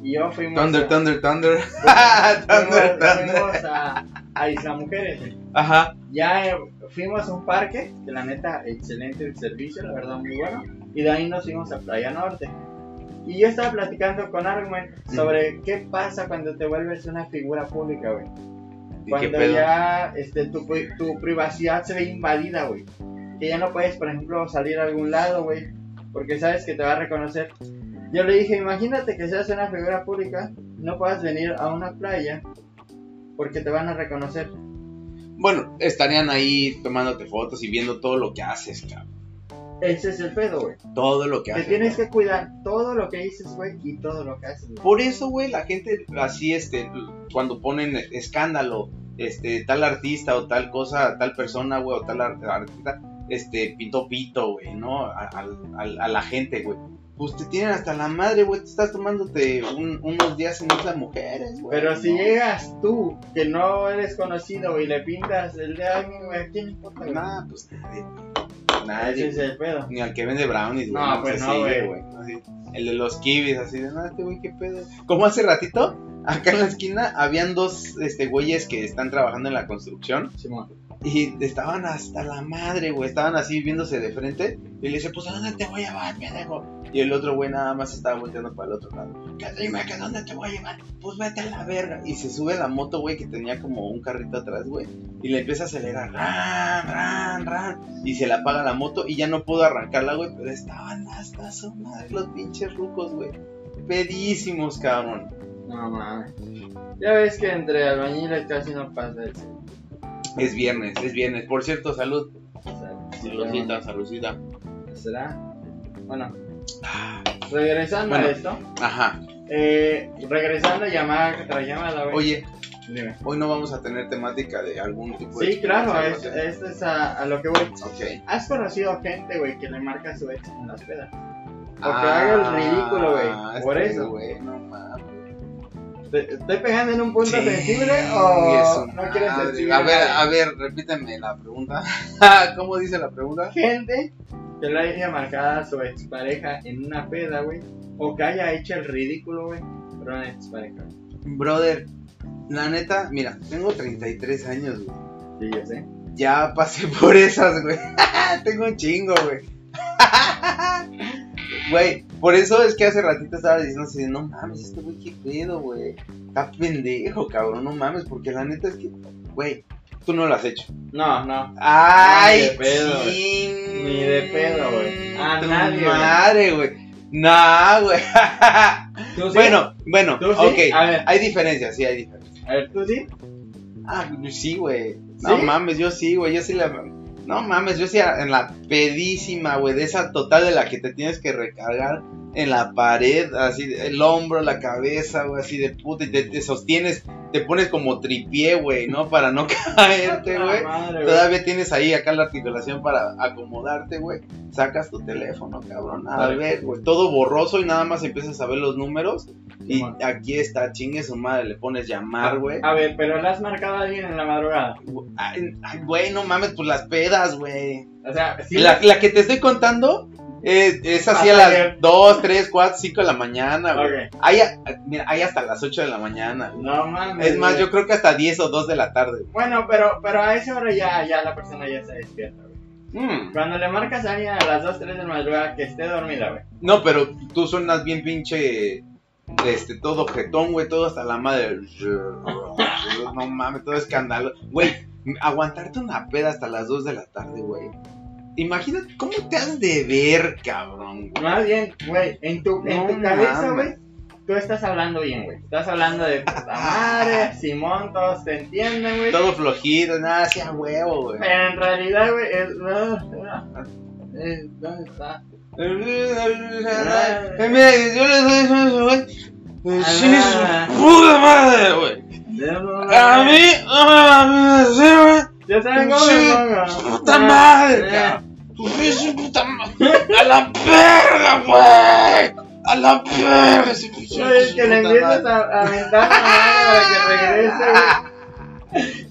y yo fuimos, Thunder, a, thunder, thunder. *laughs* fuimos- thunder, *laughs* thunder. fuimos a, a Isla Mujeres. güey. Ajá. Ya eh, fuimos a un parque, que la neta, excelente el servicio, la verdad, muy bueno. Y de ahí nos fuimos a Playa Norte. Y yo estaba platicando con Argument sobre qué pasa cuando te vuelves una figura pública, güey. ¿Y qué Cuando pedo? ya este, tu, pri- tu privacidad se ve invadida, güey. Que ya no puedes, por ejemplo, salir a algún lado, güey. Porque sabes que te va a reconocer. Yo le dije, imagínate que seas una figura pública, no puedas venir a una playa porque te van a reconocer. Bueno, estarían ahí tomándote fotos y viendo todo lo que haces, cabrón. Ese es el pedo, güey. Todo lo que Te haces. tienes cabrón. que cuidar todo lo que dices, güey, y todo lo que haces. güey. Por eso, güey, la gente así, este, cuando ponen escándalo, este, tal artista o tal cosa, tal persona, güey, o tal ar- artista, este, pintó pito, güey, ¿no? A, al- al- a la gente, güey. Pues te tienen hasta la madre, güey, te estás tomándote un- unos días en otras mujeres, güey. Pero si ¿no? llegas tú, que no eres conocido, güey, y le pintas el de alguien, güey, ¿a quién le importa, güey? Nah, pues nadie. Ese Nadie. es el pedo. Ni al que vende brownies, güey. No, pues no, así, güey. Así, El de los kibis, así de nada, este güey, qué pedo. Como hace ratito, acá en la esquina habían dos este, güeyes que están trabajando en la construcción Simón. y estaban hasta la madre, güey. Estaban así viéndose de frente y le dice, pues ¿a dónde te voy a llevar, pendejo? Y el otro güey nada más estaba volteando para el otro lado. Que dime que dónde te voy a llevar, pues vete a la verga. Y se sube a la moto, güey, que tenía como un carrito atrás, güey. Y le empieza a acelerar, ran, ran, ran. Y se le apaga la moto y ya no pudo arrancarla, güey. Pero estaban hasta su madre los pinches rucos, güey. Pedísimos, cabrón. No mames. Ya ves que entre albañiles casi no pasa eso. Es viernes, es viernes. Por cierto, salud. O sea, sí, Saludcita, saludcita. bueno, ¿Será? Bueno. Regresando Bueno. a esto. Ajá. Eh, regresando a llamar, tras llamada, güey. Oye, Dime. Hoy no vamos a tener temática de algún tipo de. Sí, claro, es- experiencia, esto es a, a lo que voy. ¿no? Ok. ¿Has conocido gente, güey, que le marca a su ex en las pedas? Porque Ah, haga el ridículo, güey. este Por eso. güey, no mames. ¿Te- ¿Estoy pegando en un punto Sí, sensible o eso, no quieres madre. sensible? A ver, a nadie? ver, repíteme la pregunta. *laughs* ¿Cómo dice la pregunta? Gente que le haya marcado a su expareja en una peda, güey. O que haya hecho el ridículo, güey, por una expareja. Brother, la neta, mira, tengo 33 años, güey. Sí, yo sé. Ya pasé *laughs* por esas, güey. Tengo un chingo, güey. *laughs* Güey, por eso es que hace ratito estaba diciendo así, de, no mames, este güey, qué pedo, güey. Está pendejo, cabrón, no mames, porque la neta es que, güey, tú no lo has hecho. No, no. Ay, de pedo, güey. chin, Ni de pedo, güey. A tu nadie, güey. Madre, güey. Nah, güey. *laughs* ¿Tú sí? Bueno, bueno, ¿Tú sí? ok. A ver. Hay diferencias, sí, hay diferencias. A ver, ¿tú sí? Ah, sí, güey. No ¿Sí? mames, yo sí, güey. Yo sí la. No mames, yo sí a- en la pedísima, güey. De esa total de la que te tienes que recargar en la pared, así, de- el hombro, la cabeza, güey, así de puta. Y te, te sostienes te pones como tripié, güey, ¿no? Para no *laughs* caerte, güey. Ah, Madre, güey. Todavía tienes ahí acá la articulación para acomodarte, güey. Sacas tu teléfono, cabrón. A Vale. ver, güey. Todo borroso y nada más empiezas a ver los números. Y Simón. aquí está, chingue su madre. Le pones llamar, güey. A ver, pero la has marcado a alguien en la madrugada. Ay, ay, güey, no mames, pues las pedas, güey. O sea, sí. La, la que te estoy contando es, es así Ah, a ayer. las 2, 3, 4, 5 de la mañana, güey. Ok. Hay, a- mira, hay hasta las 8 de la mañana. No mames. Es más, güey. yo creo que hasta 10 o 2 de la tarde. Bueno, pero, pero a esa hora ya, ya la persona ya se despierta, güey. Mm. Cuando le marcas a alguien a las 2, 3 de la madrugada que esté dormida, güey. No, pero tú suenas bien pinche. Este, todo jetón, güey, todo hasta la madre. No mames, todo escándalo. Güey, aguantarte una peda hasta las 2 de la tarde, güey. Imagínate cómo te has de ver, cabrón, güey. Más bien, güey, en tu, en No tu cabeza, güey, mames. tú estás hablando bien, güey. Estás hablando de puta *laughs* madre, Simón, todos te entienden, güey. Todo flojito, nada, así a huevo, güey. Pero en realidad, güey, es... *laughs* eh, ¿Dónde está? Eh, Mira, yo les doy eso, güey. Eh, Sí, Ah. su puta madre, güey. A mí, no me mames, sí, güey. Ya saben cómo me Sí, pongo. Puta Eh, madre, cabrón. Tu pinche puta madre. A la verga, güey. A la verga, ese pinche. Oye, que le puta empiezas madre. a a aventar la mano para que regrese, güey. *laughs* Ah.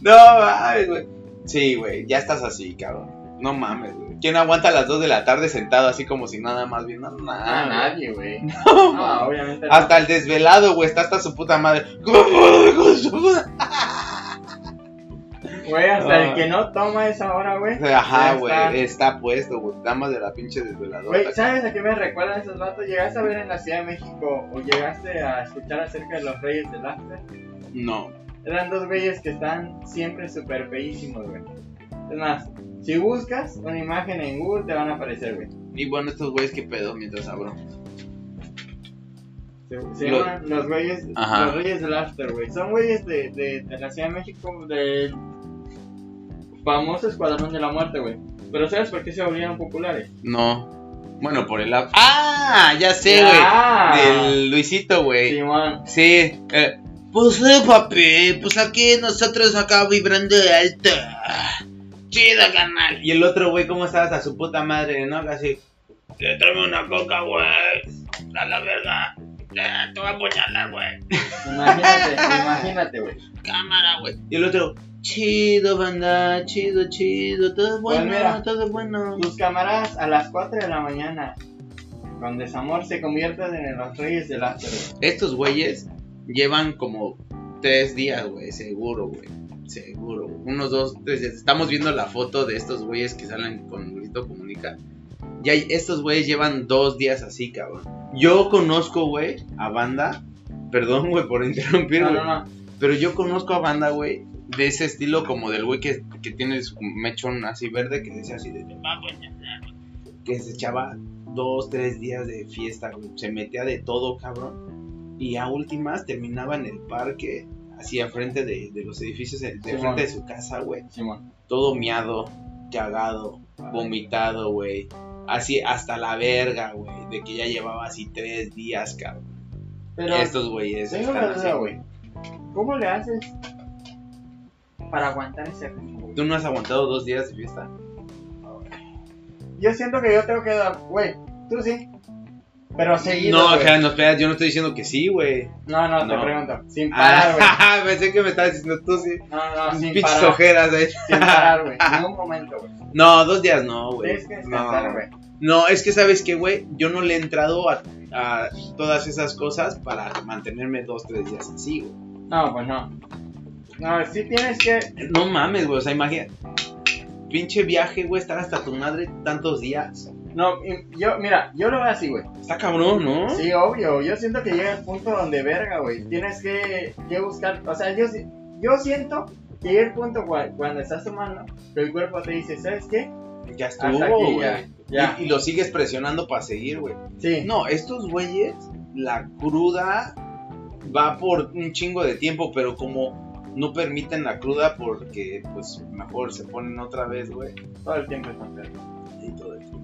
No mames, güey. Sí, güey, ya estás así, cabrón. No mames, güey. ¿Quién aguanta a las 2 de la tarde sentado así como si nada más bien? No, Ah, nada. nadie, güey. No, obviamente no. Hasta el desvelado, güey, está hasta su puta madre. ¿Cómo puedo, hijo de su puta? Güey, hasta Ah. el que no toma esa hora, güey. Ajá, ya está. güey, está puesto, güey. Damas de la pinche desveladora. Güey, ¿sabes a qué me recuerdan esos vatos? ¿Llegaste a ver en la Ciudad de México o llegaste a escuchar acerca de los Reyes del After? No. Eran dos güeyes que están siempre súper feísimos, güey. Es más, si buscas una imagen en Google te van a aparecer, güey. Y bueno, estos güeyes, qué pedo mientras abro. Se, se Lo- llaman los güeyes, Ajá. los Reyes del After, güey. Son güeyes de, de, de la Ciudad de México, del famoso Escuadrón de la Muerte, güey. Pero ¿sabes por qué se volvieron populares? No. Bueno, por el app. ¡Ah! Ya sé, güey. Ah, Del Luisito, güey. Simón. Sí. eh, Pues, eh, papi, pues aquí nosotros acá vibrando de alto. Chido, canal. Y el otro, güey, ¿cómo estabas a su puta madre, no? Casi. "Eh, Tráeme una coca, güey. A la verga. Eh, Te voy a apuñalar, güey. Imagínate, imagínate, güey. Cámara, güey. Y el otro, chido, banda, chido, chido. Todo es bueno, mira. todo es bueno. Tus camaradas a las 4 de la mañana con desamor se convierten en los reyes del after. güey. Estos güeyes llevan como tres días, güey, seguro, güey. Seguro, güey. unos dos, tres días. Estamos viendo la foto de estos güeyes que salen con Luisito Comunica. Ya hay- estos güeyes llevan dos días así, cabrón. Yo conozco, güey, a banda. Perdón, güey, por interrumpir, No, güey. no, no. Pero yo conozco a banda, güey, de ese estilo como del güey que, que tiene su mechón así verde que decía así de "Te va a coñar", que se echaba dos, tres días de fiesta, güey. Se metía de todo, cabrón. Y a últimas terminaba en el parque, así a frente de, de los edificios, de Simón. frente de su casa, güey. Simón. Todo miado, cagado, vomitado, güey. Así hasta la verga, güey. De que ya llevaba así tres días, cabrón. Pero Estos güeyes tengo están una así, duda, güey. güey. ¿Cómo le haces para aguantar ese ritmo, güey? ¿Tú no has aguantado dos días de fiesta? Yo siento que yo tengo que dar, güey. Tú sí. Pero seguido. No, güey. acá no, espera, yo no estoy diciendo que sí, güey. no, no, te no. pregunto. Sin parar, güey. *laughs* Ah, pensé que me estabas diciendo tú sí. No, no, sin Pinches parar. ojeras, eh. Sin *laughs* parar, güey. En un momento, güey. No, dos días no, güey. Tienes que descansar, No. güey. no, es que sabes que, güey, yo no le he entrado a, a todas esas cosas para mantenerme dos, tres días así, güey. No, pues no. No, sí tienes que. No mames, güey, o sea, imagínate. Pinche viaje, güey, estar hasta tu madre tantos días. No, y- yo, mira, yo lo veo así, güey. Está cabrón, ¿no? Sí, obvio. Yo siento que llega el punto donde verga, güey. Tienes que, que buscar. O sea, yo, si- yo siento que llega el punto cua- cuando estás tomando, que el cuerpo te dice, ¿sabes qué? Ya Hasta estuvo, aquí, güey. ya. Y- y lo sigues presionando para seguir, güey. Sí. No, estos güeyes, la cruda va por un chingo de tiempo, pero como no permiten la cruda porque, pues, mejor se ponen otra vez, güey. Todo el tiempo están perdidos. y todo el tiempo.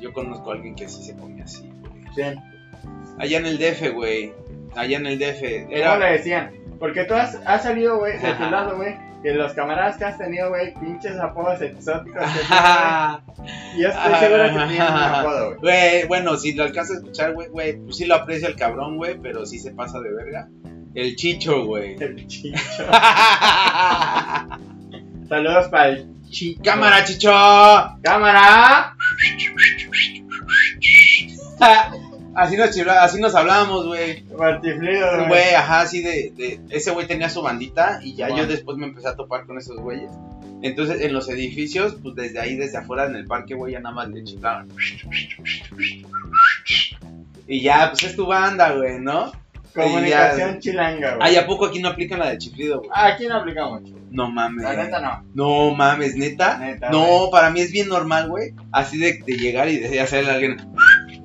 Yo conozco a alguien que así se pone así, güey. Sí. Allá en el DF, güey. Allá en el DF. ¿Cómo le *laughs* Era, decían? Porque tú has, has salido, güey, de tu Ajá. lado, güey, que los camaradas que has tenido, güey, pinches apodos exóticos. que tienen, Ajá. güey. Y yo estoy seguro que tienen un apodo, güey. *laughs* Güey, bueno, si lo alcanza a escuchar, güey, güey, pues sí lo aprecia el cabrón, güey, pero sí se pasa de verga. El chicho, güey. *laughs* El chicho. Cámara, Saludos para el chicho. chicho. Cámara. *laughs* Así nos, chibla- así nos hablábamos, güey. Martiflido, Ah, güey. Güey, ajá, así de, de- Ese güey tenía su bandita y ya Wow. yo después me empecé a topar con esos güeyes. Entonces, en los edificios, pues desde ahí, desde afuera en el parque, güey, ya nada más le chiflaban. Y ya, pues es tu banda, güey, ¿no? Comunicación Y ya- chilanga, güey. Ay, ¿a poco aquí no aplican la del chiflido, güey? Aquí no aplica mucho. No mames. La neta no. No mames, neta. Neta, no, güey. para mí es bien normal, güey. Así de, de llegar y de hacerle a alguien.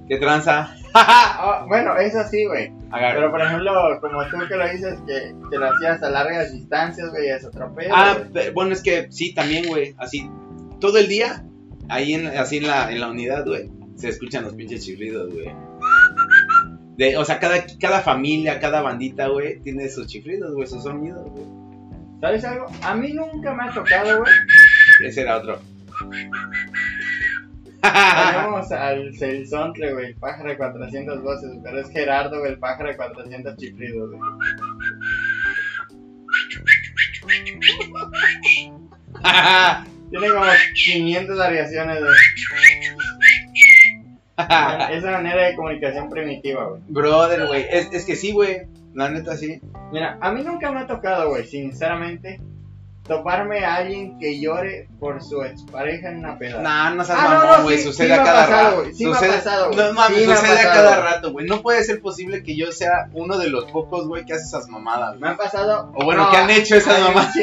¿Qué tranza? Ah, bueno, eso sí, güey. Agarra. Pero por ejemplo, como tú que lo dices, que, que lo hacías a largas distancias, güey, es otro pedo. Ah, güey. pe- bueno, es que sí, también, güey. Así, todo el día, ahí en, así en la, en la unidad, güey, se escuchan los pinches chiflidos, güey. De, o sea, cada, cada familia, cada bandita, güey, tiene sus chiflidos, güey, sus sonidos, güey. ¿Sabes algo? A mí nunca me ha tocado, güey. Ese era otro. *laughs* Tenemos al Celsontle, güey, el pájaro de 400 voces, pero es Gerardo, güey, el pájaro de 400 chiflidos, güey. Tiene como 500 variaciones, güey. Esa manera de comunicación primitiva, güey. Brother, güey. Es, es que sí, güey. La neta, sí. Mira, a mí nunca me ha tocado, güey, sinceramente, toparme a alguien que llore por su expareja en una peda. Nah, no seas Ah, no, mamón, no, güey. sí, sucede sí me a ha cada pasado, rato. güey, sí me ha Sucede- pasado, güey. No mames, Sí me ha sucede a pasado. cada rato, güey. No puede ser posible que yo sea uno de los pocos, güey, que hace esas mamadas. Me han pasado. Ah, O bueno, ¿qué han hecho esas ay, mamás? sí,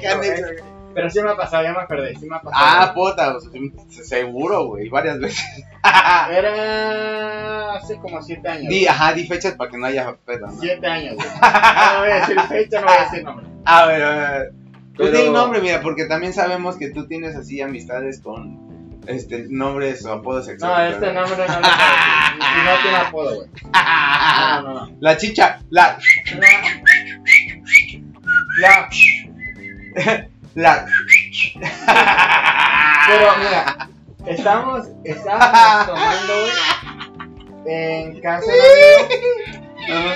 *laughs* ¿Qué han sí, hecho? güey. Pero sí me ha pasado, ya me acordé, sí me ha pasado. Ah, puta, pues, seguro, güey, varias *laughs* veces. Era eh, hace como 7 años. Di, ajá, di fechas para que no haya peda, ¿no? *laughs* 7 años, güey. No voy a decir fecha, no voy a decir nombre. A ver, a ver. Tú Pero- di el nombre, mira, porque también sabemos que tú tienes así amistades con este nombres o apodos No, exóticos. este nombre no lo puedo decir. Y no tiene apodo, güey. Ah. No, no, no. *laughs* La chicha, la, Ya, la. pero mira, estamos, *laughs* estábamos tomando, güey, en casa de un amigo, Ajá.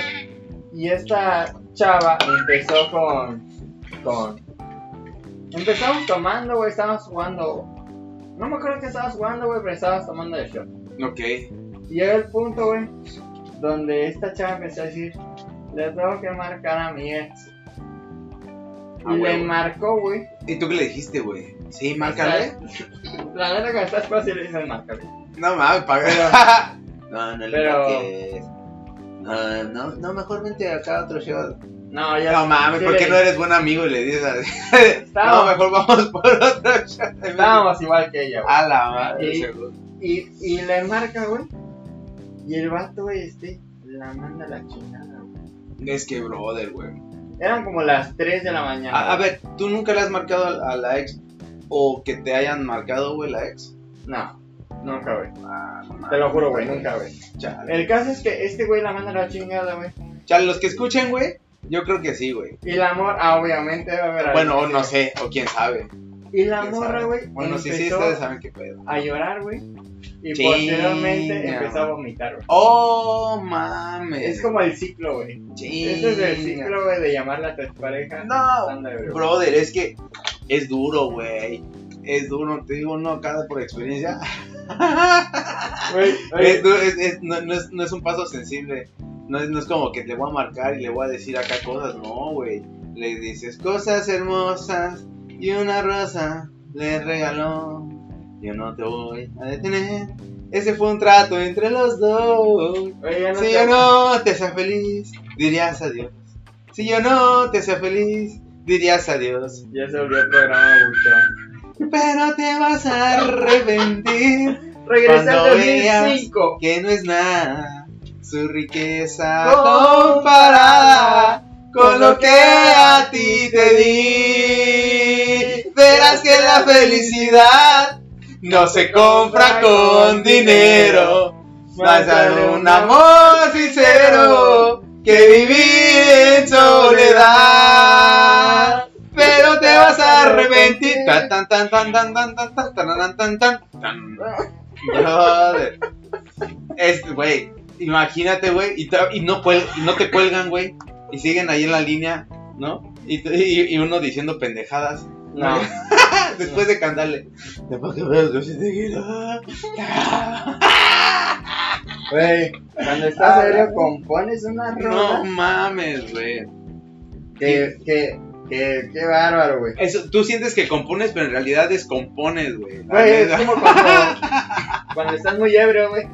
y esta chava empezó con, con, empezamos tomando, güey, estábamos jugando, no me acuerdo que estábamos jugando, güey, pero estábamos tomando de shot. Ok. Y llega el punto, güey, donde esta chava empezó a decir, le tengo que marcar a mi ex. Ah, y le huevo. marcó, güey. ¿Y tú qué le dijiste, güey? Sí, márcale. La neta que estás fácil le dicen márcale. No mames, paga. *laughs* No, no le Pero- marques. No, no, no, mejor vente acá a otro show. No, ya. No mames, sí ¿por le- qué no eres buen amigo y le dices así? No, Estábamos- mejor vamos por otro show. Estábamos igual que ella, güey. A la madre. Sí. seguro. Ah, Y, y le marca, güey. Y el vato, güey, este, la manda a la chingada, güey. Es que brother, güey. Eran como las 3 de la mañana. A, a ver, ¿tú nunca le has marcado a, a la ex? ¿O que te hayan marcado, güey, la ex? No, nunca, güey. Ah, no mames. Te lo juro, güey, nunca, güey. Chale. El caso es que este güey la manda a la chingada, güey. Chale, los que escuchen, güey, yo creo que sí, güey. Y la amor, ah, obviamente, va a haber Bueno, o alguien no que- sé, o quién sabe. Y la quién morra, sabe. güey, Bueno, sí, sí, empezó ustedes saben qué pedo. a llorar, güey. Y Chinga. posteriormente empezó a vomitar, güey. Oh, mames. Es como el ciclo, güey. Este es el ciclo, güey, de llamarla a tu expareja. No, Anda, güey. brother, es que es duro, güey. Es duro, te digo, no, cada por experiencia. *laughs* Güey, güey, Es, du- es- es- no, no es, no es un paso sensible. No es, no es como que le voy a marcar y le voy a decir acá cosas. No, güey. Le dices cosas hermosas y una rosa le regaló. Yo no te voy a detener. Ese fue un trato entre los dos. güey, ya no Si sé. yo no te hacía feliz, dirías adiós. Si yo no te hacía feliz, dirías adiós. Ya se volvió el programa de Buchón. Pero te vas a arrepentir Regresando Cuando al veas- 2005. que no es nada su riqueza Comparada comparada con lo que a ti te di. Verás que la felicidad no se compra con dinero. Más dar un amor sincero que vivir en soledad. Pero te vas a arrepentir. Tan, tan, tan, tan, tan, tan, tan, tan, tan, tan, tan, tan, tan. Brother. Es, güey, imagínate, güey, y, tra- y no, cuel- y no te cuelgan, güey, y siguen ahí en la línea, ¿no? Y, t- y- y uno diciendo pendejadas. Ah, No. Después de cantarle. Después que veas, yo sí te quiero. Güey, cuando estás serio compones una No rola. mames, güey. Que, que, que, qué bárbaro, güey. Eso, tú sientes que compones, pero en realidad descompones, güey. La Güey, es neta. como cuando, cuando estás muy ebrio, güey,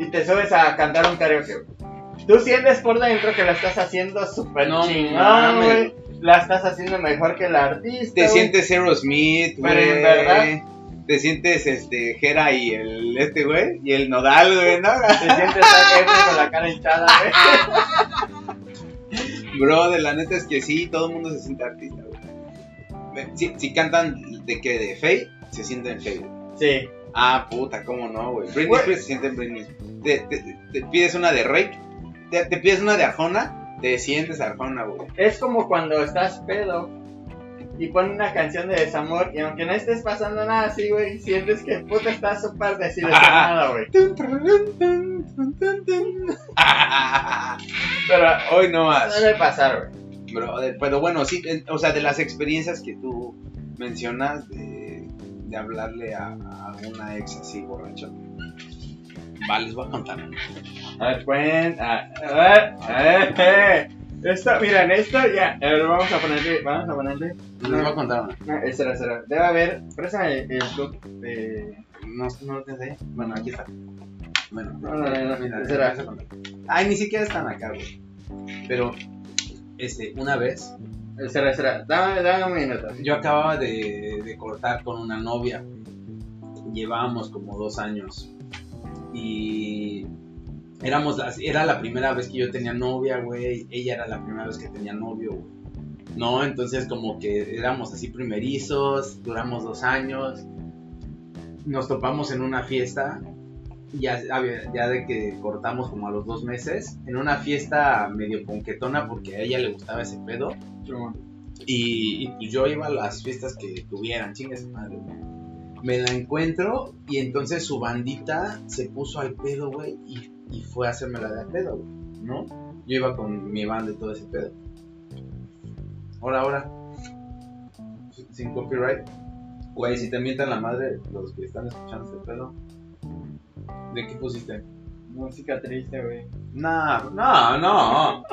y te subes a cantar un karaoke, güey. Tú sientes por dentro que la estás haciendo súper No chingón, mames. güey. La estás haciendo mejor que la artista. Te güey. sientes Aerosmith, güey. Pero en verdad- Te sientes este Jera y el este güey y el Nodal, güey, ¿no? *laughs* Te sientes ebrio con la cara hinchada, güey. Bro, de la neta es que sí, todo el mundo se siente artista, güey. Ve, Si, si cantan de que de Faye, se sienten Faye. güey. Sí. Ah, puta, cómo no, güey. Britney Güey. Spears se siente Britney Spears. Te, te- te pides una de Rake, te, te pides una de Arjona, te sientes Arjona, *laughs* güey. Es como cuando estás pedo y ponen una canción de desamor y aunque no estés pasando nada así, güey, sientes que puta estás súper desilusionado, *laughs* güey. Pero ah, Hoy no más. debe pasar, güey. Brother, pero bueno, sí, en- o sea, de las experiencias que tú mencionas de, de hablarle a, a una ex así borracho. Va, les voy a contar. A ver, pueden... A ver, a ver, *laughs* eh. Esto, miren, esto ya. A ver, vamos a ponerle, vamos a ponerle. Les voy a contar una. No, espera, espera. Debe haber, préstame el club de... No, no lo pensé. Bueno, aquí está. Bueno, No, no, no, mira, no, ¿qué les será? voy a contar. Ay, ni siquiera están acá, güey. Pero, este, una vez, Espera, espera. Dame, dame un minuto. yo acababa de, de cortar con una novia. güey. Llevábamos como dos años. Y éramos las, era la primera vez que yo tenía novia, güey. Ella era la primera vez que tenía novio, güey. No, entonces como que éramos así primerizos, duramos dos años. Nos topamos en una fiesta. y Ya, había- ya de que cortamos como a los dos meses, en una fiesta medio ponquetona porque a ella le gustaba ese pedo. Y, y pues yo iba a las fiestas que tuvieran, chingas madre. güey. Me la encuentro y entonces su bandita se puso al pedo, güey, y, y fue a hacerme la de al pedo, güey, ¿no? Yo iba con mi banda y todo ese pedo. Ahora, ahora. Sin copyright. Güey, si te mientan la madre los que están escuchando este pedo. ¿De qué pusiste? Música triste, güey. No, no, no.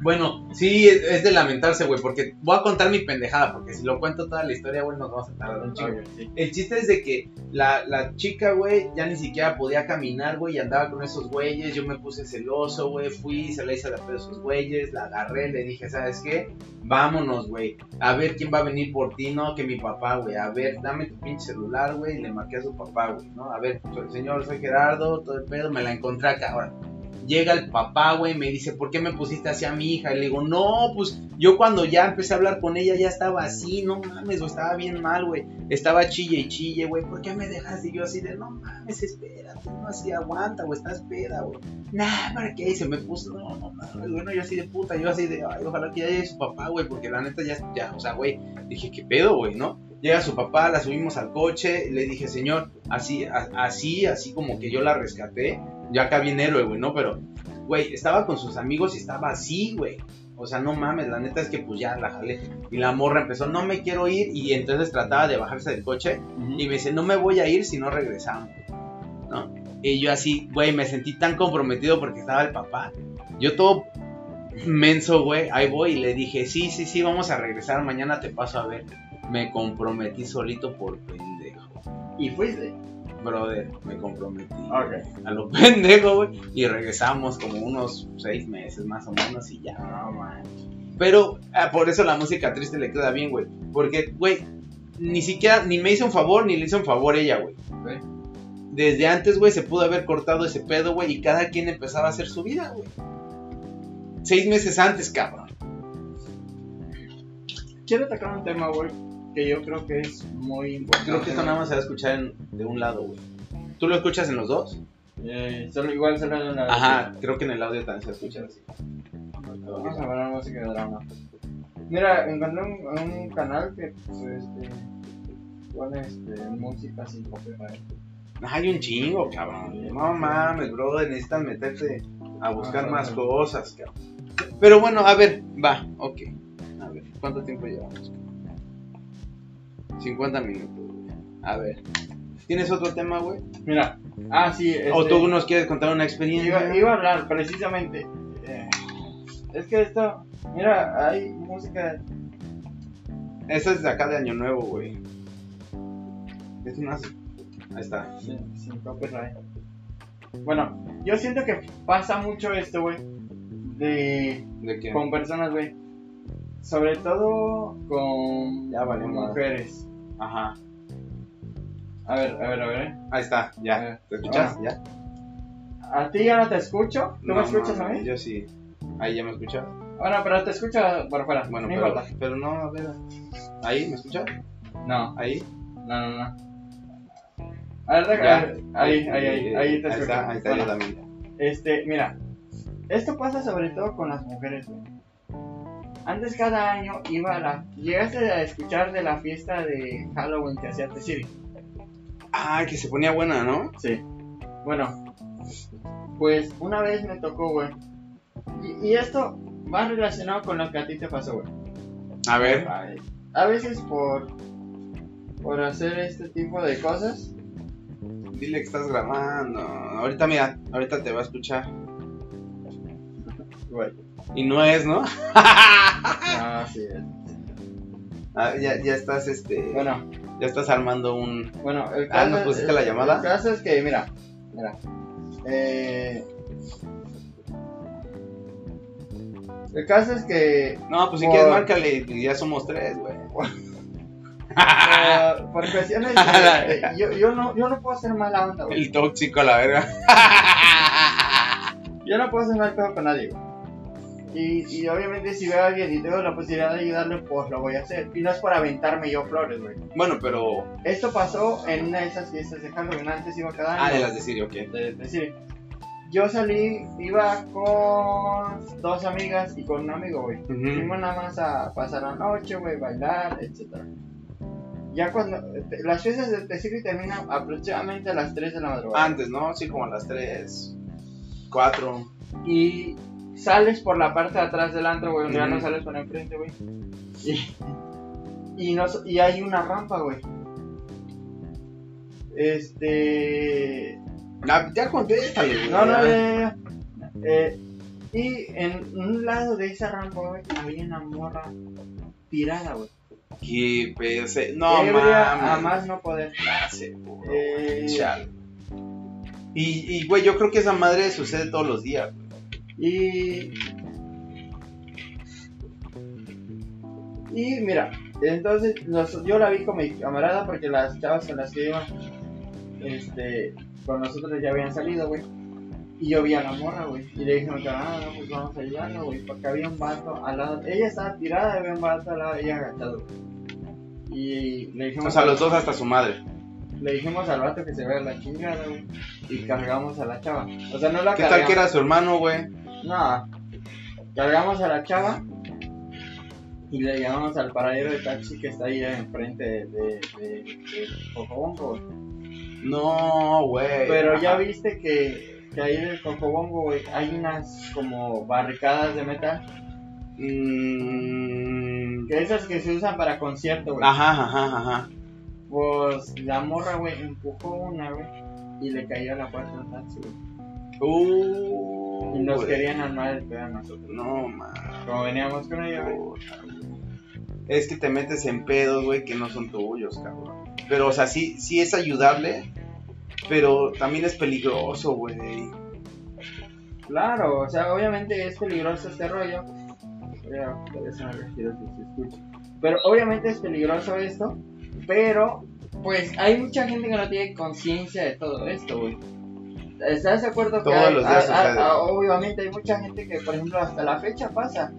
Bueno, sí, es- es de lamentarse, güey, porque voy a contar mi pendejada, porque si lo cuento toda la historia, güey, nos vamos a tardar un chingo. Ok, sí. El chiste es de que la, la chica, güey, ya ni siquiera podía caminar, güey, y andaba con esos güeyes. Yo me puse celoso, güey, fui, se la hice de pedo a esos güeyes, la agarré, le dije, ¿sabes qué? Vámonos, güey, a ver quién va a venir por ti, no, que mi papá, güey, a ver, dame tu pinche celular, güey, y le marqué a su papá, güey, ¿no? A ver, soy- señor, soy Gerardo, todo el pedo, me la encontré acá, ahora. Llega el papá, güey, me dice, ¿por qué me pusiste así a mi hija? Y le digo, no, pues yo cuando ya empecé a hablar con ella ya estaba así, no mames, güey, estaba bien mal, güey estaba chille y chille, güey, ¿por qué me dejaste? Y yo así de, no mames, espérate, no así aguanta, güey, estás peda, güey. Nah, ¿para qué? Y se me puso, no, no mames, bueno, yo así de puta, yo así de, ay, ojalá que ya llegue su papá, güey, porque la neta ya, ya, o sea, güey, dije, ¿qué pedo, güey, no? Llega su papá, la subimos al coche, le dije, señor, así, a- así, así como que yo la rescaté, yo acá bien héroe, güey, ¿no? Pero, güey, estaba con sus amigos y estaba así, güey. O sea, no mames, la neta es que pues ya la jalé. Y la morra empezó, no me quiero ir. Y entonces trataba de bajarse del coche. Y me dice, no me voy a ir si no regresamos. ¿No? Y yo así, güey, me sentí tan comprometido porque estaba el papá. Yo todo menso, güey, ahí voy. Y le dije, sí, sí, sí, vamos a regresar. Mañana te paso a ver. Me comprometí solito por pendejo. Y fuiste. Brother, me comprometí Ok. a lo *laughs* pendejo, güey. Y regresamos como unos seis meses más o menos y ya. no, man. Pero ah, por eso la música triste le queda bien, güey. Porque, güey, ni siquiera, ni me hizo un favor, ni le hizo un favor ella, güey. Ok. Desde antes, güey, se pudo haber cortado ese pedo, güey, y cada quien empezaba a hacer su vida, güey. Seis meses antes, cabrón. Quiero tocar un tema, güey, que yo creo que es muy importante. Creo que esto nada más se va a escuchar en- de un lado, güey. ¿Tú lo escuchas en los dos? Eh, solo igual solo en la Ajá, creo que en el audio también se escucha así. Como que- Vamos a poner música de drama. Mira, encontré un, un canal que pues, este, pone este, música sin copyright. Hay un chingo, cabrón. No mames, bro, necesitan meterse a buscar Ajá. más cosas, cabrón. Pero bueno, a ver, va, ok. A ver, ¿cuánto tiempo llevamos? 50 minutos, güey. A ver. ¿Tienes otro tema, güey? Mira, ah, sí. Este, ¿O tú nos quieres contar una iba, experiencia? iba a hablar precisamente. eh, es que esto, mira, hay música. Esa es de acá de Año Nuevo, güey. Es más. Ahí está. sin, sin copyright. Bueno, yo siento que pasa mucho esto, güey. De, ¿De qué? con personas, güey. Sobre todo con Ya valió madre. mujeres. Ajá. A ver, a ver, a ver. eh. Ahí está, ya. ¿Te escuchas? ¿Ya? A ti ya no te escucho. ¿Tú me No, escuchas a mames, mí? Yo sí. Ahí ya me escuchas. Bueno, pero te escucho por fuera. Bueno, no pero, importa. pero no, a ver. ¿Ahí? ¿Me escuchas? No, ¿Ahí? no, no, no. A ver, Ya. deja- ahí, ahí, ahí, ahí te ahí escucho. está, ahí está, Bueno, yo también. Este, mira, esto pasa sobre todo con las mujeres, güey. Antes cada año iba a la... Llegaste a escuchar de la fiesta de Halloween que hacía T-City. Ah, que se ponía buena, ¿no? Sí. Bueno, pues una vez me tocó, güey. Y, y esto va relacionado con lo que a ti te pasó, güey. A ver. Ay, A veces por... Por hacer este tipo de cosas. Dile que estás grabando. Ahorita, mira, ahorita te va a escuchar. Güey. Y no es, ¿no? Ah, sí. es. Ah, ya, ya estás, este, Bueno, ya estás armando un... Bueno, el Ah, caso, ¿nos pusiste la llamada? el caso es que, mira, mira. eh, el caso es que No, pues si Por- quieres, márcale, ya somos tres, güey. por, *laughs* por cuestiones de- Ah, de- yo, yo no, yo no puedo ser mala onda, güey. El tóxico, a la verga. Yo no puedo ser mal pedo con nadie, güey. Y, y obviamente si veo a alguien y tengo la posibilidad de ayudarle, pues lo voy a hacer. Y no es por aventarme yo flores, güey. *laughs* Bueno, pero... Esto pasó en una de esas fiestas de Halloween, antes iba cada año. Ah, de las de Sirio, ok. de decir, yo salí, iba con dos amigas y con un amigo, güey. Ujú. Fuimos nada más a pasar la noche, güey, bailar, etcétera. Ya cuando te- las fiestas de Tesiri terminan aproximadamente a las 3 de la madrugada. Antes, ¿no? Sí, como a las tres, cuatro. Y sales por la parte de atrás del antro, güey, ya no Ujú. sales por enfrente, güey. Y, y, nos- y hay una rampa, güey. Este. Ah, ya contéstale, güey. ya. No, no, ya, ya, ya. Eh, y en un lado de esa rampa, güey, había una morra tirada, güey. Que pese. pues, eh, No Ebria a mames. más no poder. Clase, puro, Eh, chale. Y, y, güey, yo creo que esa madre sucede todos los días. güey. Y. Y mira, entonces nos- yo la vi con mi camarada porque las chavas con las que iba, este, con nosotros ya habían salido, güey. Y yo vi a la morra, güey. Y le dije a mi camarada, no, pues vamos a ayudarla, güey. Porque había un vato al lado. Ella estaba tirada, había un vato al lado de ella agachado. Y le dijimos. O sea, los dos hasta su madre. Le dijimos al vato que se vea la chingada, güey. Y cargamos a la chava. O sea, no la ¿Qué cargamos. tal que era su hermano, güey? No, cargamos a la chava y le llamamos al paradero de taxi que está ahí enfrente de, de, de- de Cocobongo. güey. No, güey. Pero ya viste que, que ahí en el Cocobongo güey, hay unas como barricadas de metal, Mm, que esas que se usan para concierto, güey. Ajá, ajá, ajá. Pues la morra, güey, empujó una, güey, y le cayó a la puerta del taxi, güey. Uh, Y nos güey. querían armar el pedo a nosotros. No, mames. Como veníamos con ella, güey. Es que te metes en pedos, güey, que no son tuyos, cabrón. Pero, o sea, sí, sí es ayudable, pero también es peligroso, güey. Claro, o sea, obviamente es peligroso este rollo. Voy a regresar a respirar si se escucha. Pero obviamente es peligroso esto, pero pues hay mucha gente que no tiene conciencia de todo esto, güey. ¿Estás de acuerdo? que Todos hay- los días hay- hay- sucede. obviamente hay mucha gente que, por ejemplo, hasta la fecha pasa.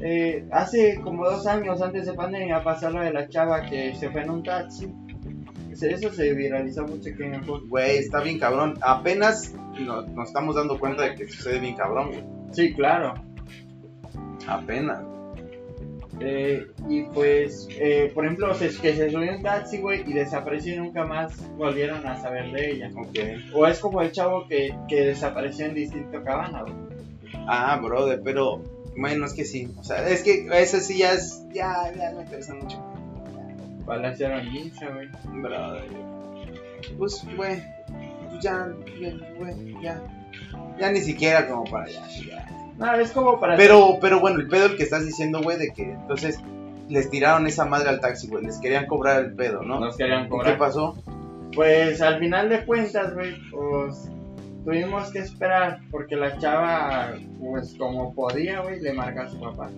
Eh, hace como dos años antes de pandemia pasó lo de la chava que se fue en un taxi. Eso se viralizó mucho aquí en el fútbol. Güey, está bien cabrón. Apenas no- nos estamos dando cuenta de que sucede bien cabrón, güey. Sí, claro. Apenas. Eh, y pues, eh, por ejemplo, se- que se subió un taxi, güey, y desapareció y nunca más volvieron a saber de ella. Ok. O es como el chavo que, que desapareció en Distrito Cabana, güey. Ah, brother, pero bueno, es que sí. O sea, es que eso sí ya es. Ya, ya me interesa mucho. Balancearon 15, güey. Brother. Pues, güey. pues Ya, ya, güey, ya. Ya ni siquiera como para allá. ya. No, es como para... Pero, pero bueno, el pedo el que estás diciendo, güey, de que entonces les tiraron esa madre al taxi, güey. Les querían cobrar el pedo, ¿no? Nos querían ¿Qué cobrar. pasó? Pues al final de cuentas, güey, pues tuvimos que esperar porque la chava, pues como podía, güey, le marca a su papá.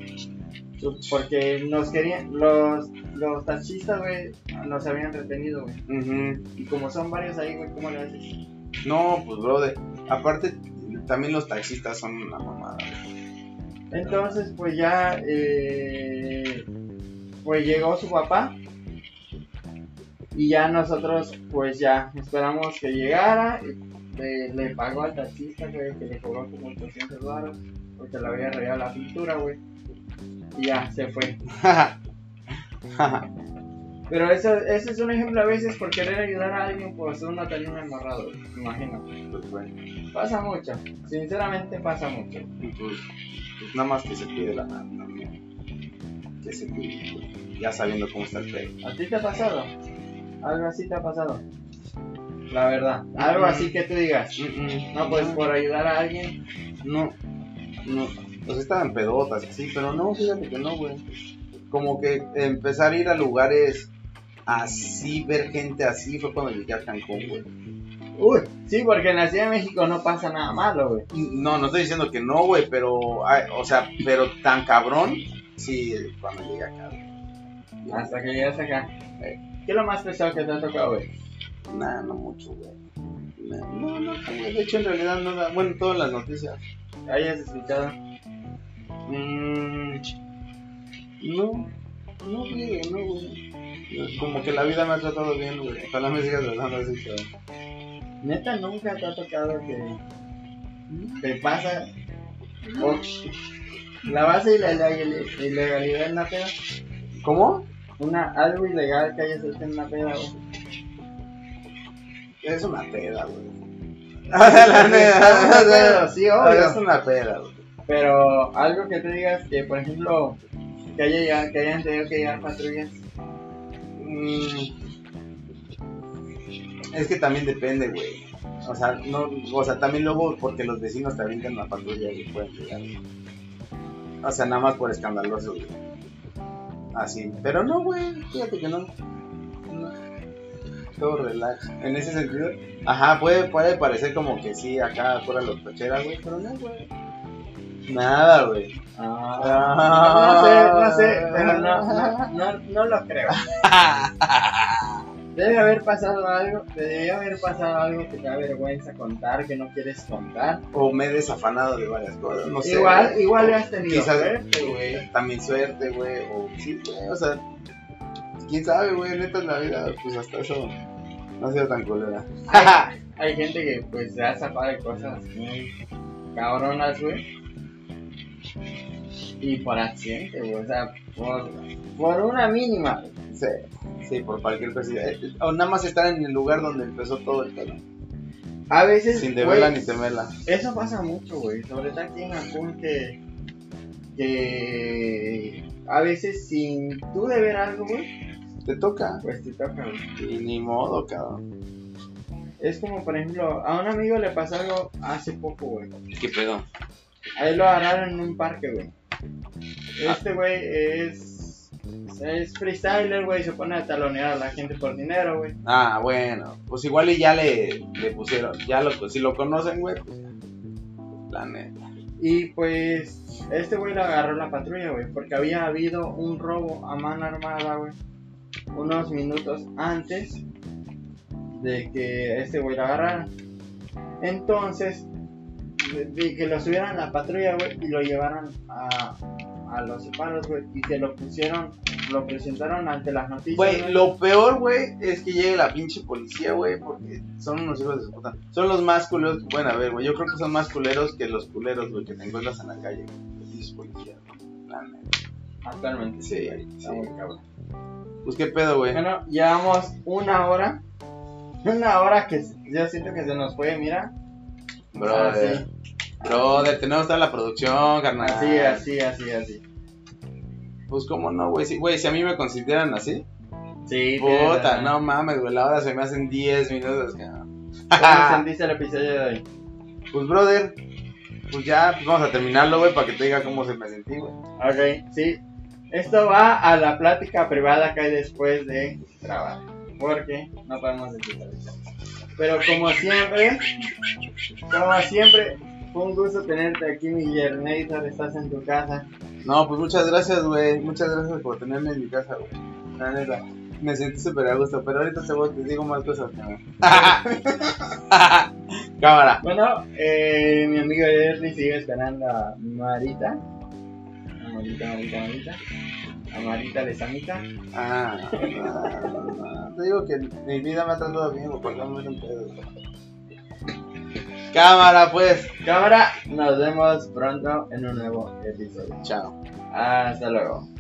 Su- Porque nos querían, los, los taxistas, güey, nos habían retenido, güey. Ujú. Y como son varios ahí, güey, ¿cómo le haces? No, pues, brother. Aparte, también los taxistas son una mamada. Entonces, pues ya, eh, pues llegó su papá. Y ya nosotros, pues ya, esperamos que llegara. y Le, le pagó al taxista, güey, que le cobró como 800 dólares. Porque le había regalado la pintura, güey. Y ya, se fue. *laughs* Pero eso, eso es un ejemplo a veces por querer ayudar a alguien pues por ser una talina embarrado, güey, me imagino. Pues, bueno, Pasa mucho, sinceramente pasa mucho. pues, pues nada más que se cuide la nada, no, no. Que se cuide, güey. Ya sabiendo cómo está el pedo. ¿A ti te ha pasado? Algo así te ha pasado. La verdad. Algo Mm. así que tú digas. No, pues por ayudar a alguien. No, no. Pues estaban pedotas, sí, pero no, fíjate que no, güey. Como que empezar a ir a lugares así, ver gente así, fue cuando llegué a Cancún, güey. Uy, sí, porque en la Ciudad de México no pasa nada malo, güey. No, no estoy diciendo que no, güey, pero, ay, o sea, pero tan cabrón, sí, cuando llegué acá, güey. Hasta que llegas acá. Eh, ¿Qué es lo más pesado que te ha tocado, güey? Nah, no mucho, güey. Nah, No, no, güey, de hecho en realidad no da, bueno, todas las noticias. ¿Que ¿Hayas escuchado? Mm, no, no, güey, no, güey. Como que la vida me ha tratado bien, güey. Ojalá me siga tratando así, cabrón. Neta, nunca te ha tocado que te pasa. o- la base y la ilegal- ilegalidad en la peda. ¿Cómo? Una, algo ilegal que hayas hecho en la peda, güey. Es una peda, güey. *laughs* La *laughs* neta, Sí, obvio. Es una peda, güey. Pero algo que te digas que, por ejemplo, que, haya llegado- que hayan tenido que llegar patrullas. Mm, Es que también depende, güey. O sea, no, o sea, también luego porque los vecinos te brincan la patrulla y pueden llegar. O sea, nada más por escandaloso, güey. Así. Pero no, güey, fíjate que no. No. Todo relax. En ese sentido, ajá, puede, puede parecer como que sí, acá fuera los cocheras, güey, pero no, güey. Nada, güey. Ah. No sé, no sé, pero no, no, no, no *laughs* lo creo. Debe haber pasado algo, te debió haber pasado algo que te da vergüenza contar, que no quieres contar. O me he desafanado de varias cosas, no sé. igual, güey. igual O- le has tenido ¿eh? quizás- este suerte, güey. también suerte, güey, o sí, güey, o sea, quién sabe, güey, neta la vida, pues hasta eso no ha sido tan culera. Hay gente que pues se ha zafado de cosas muy cabronas, güey. Y por accidente, güey. O sea, por, por una mínima. Sí, sí, por cualquier cosa. eh, O nada más estar en el lugar donde empezó todo el pedo. A veces. Sin deberla güey, ni temerla. Eso pasa mucho, güey. Sobre todo aquí en Cancún que, que a veces sin tú deber algo, güey, Te toca. pues te toca, güey. Y ni modo, cabrón. Es como, por ejemplo, a un amigo le pasó algo hace poco, güey. ¿Qué pedo? Ahí lo agarraron en un parque, güey. Este güey es... Es freestyler, güey, se pone a talonear a la gente por dinero, güey. Ah, bueno. Pues igual y ya le, le pusieron. Ya lo, si lo conocen, güey, pues ya. La neta. Y pues este güey lo agarró la patrulla, güey, porque había habido un robo a mano armada, güey, unos minutos antes de que este güey lo agarrara. Entonces, de, de que lo subieran a la patrulla, güey, y lo llevaron a, a los separos, güey, y que lo pusieron, lo presentaron ante las noticias. Güey, güey. lo peor, güey, es que llegue la pinche policía, güey, porque son unos hijos de su puta. Son los más culeros que pueden haber, güey. Yo creo que son más culeros que los culeros, güey, que te encuentras en la calle, güey. Los pinches policías, güey. la neta. Actualmente. Sí, güey, está sí. muy cabrón. Pues qué pedo, güey. Bueno, llevamos una hora. Una hora que yo siento que se nos fue, mira. pues, Brother. Brother, tenemos toda la producción, carnal. Así, así, así, así. Pues cómo no, güey. Sí, güey, si a mí me consideran así. Sí, Puta, tienes- no mames, güey. La hora se me hacen 10 minutos, cabrón. ¿Cómo sentiste el episodio de hoy? Pues, brother. Pues ya, pues vamos a terminarlo, güey, para que te diga cómo se me sentí, güey. Ok, sí. Esto va a la plática privada que hay después de trabajo. Porque no podemos decir ahorita. Pero como siempre, como siempre, fue un gusto tenerte aquí, mi Yernator. Estás en tu casa. No, pues muchas gracias, güey. Muchas gracias por tenerme en mi casa, güey. La neta. Me sentí súper a gusto, pero ahorita te, voy- te digo más cosas, cabrón. *laughs* Cámara. Bueno, eh, mi amigo Erly sigue esperando a Marita. A Marita, Marita, Marita. A Marita Lesamita. Ah, no, no, no. te digo que mi vida me ha tratado bien, güey, porque no me un pedo. güey. Cámara, pues. Cámara, nos vemos pronto en un nuevo episodio. Chao. Hasta luego.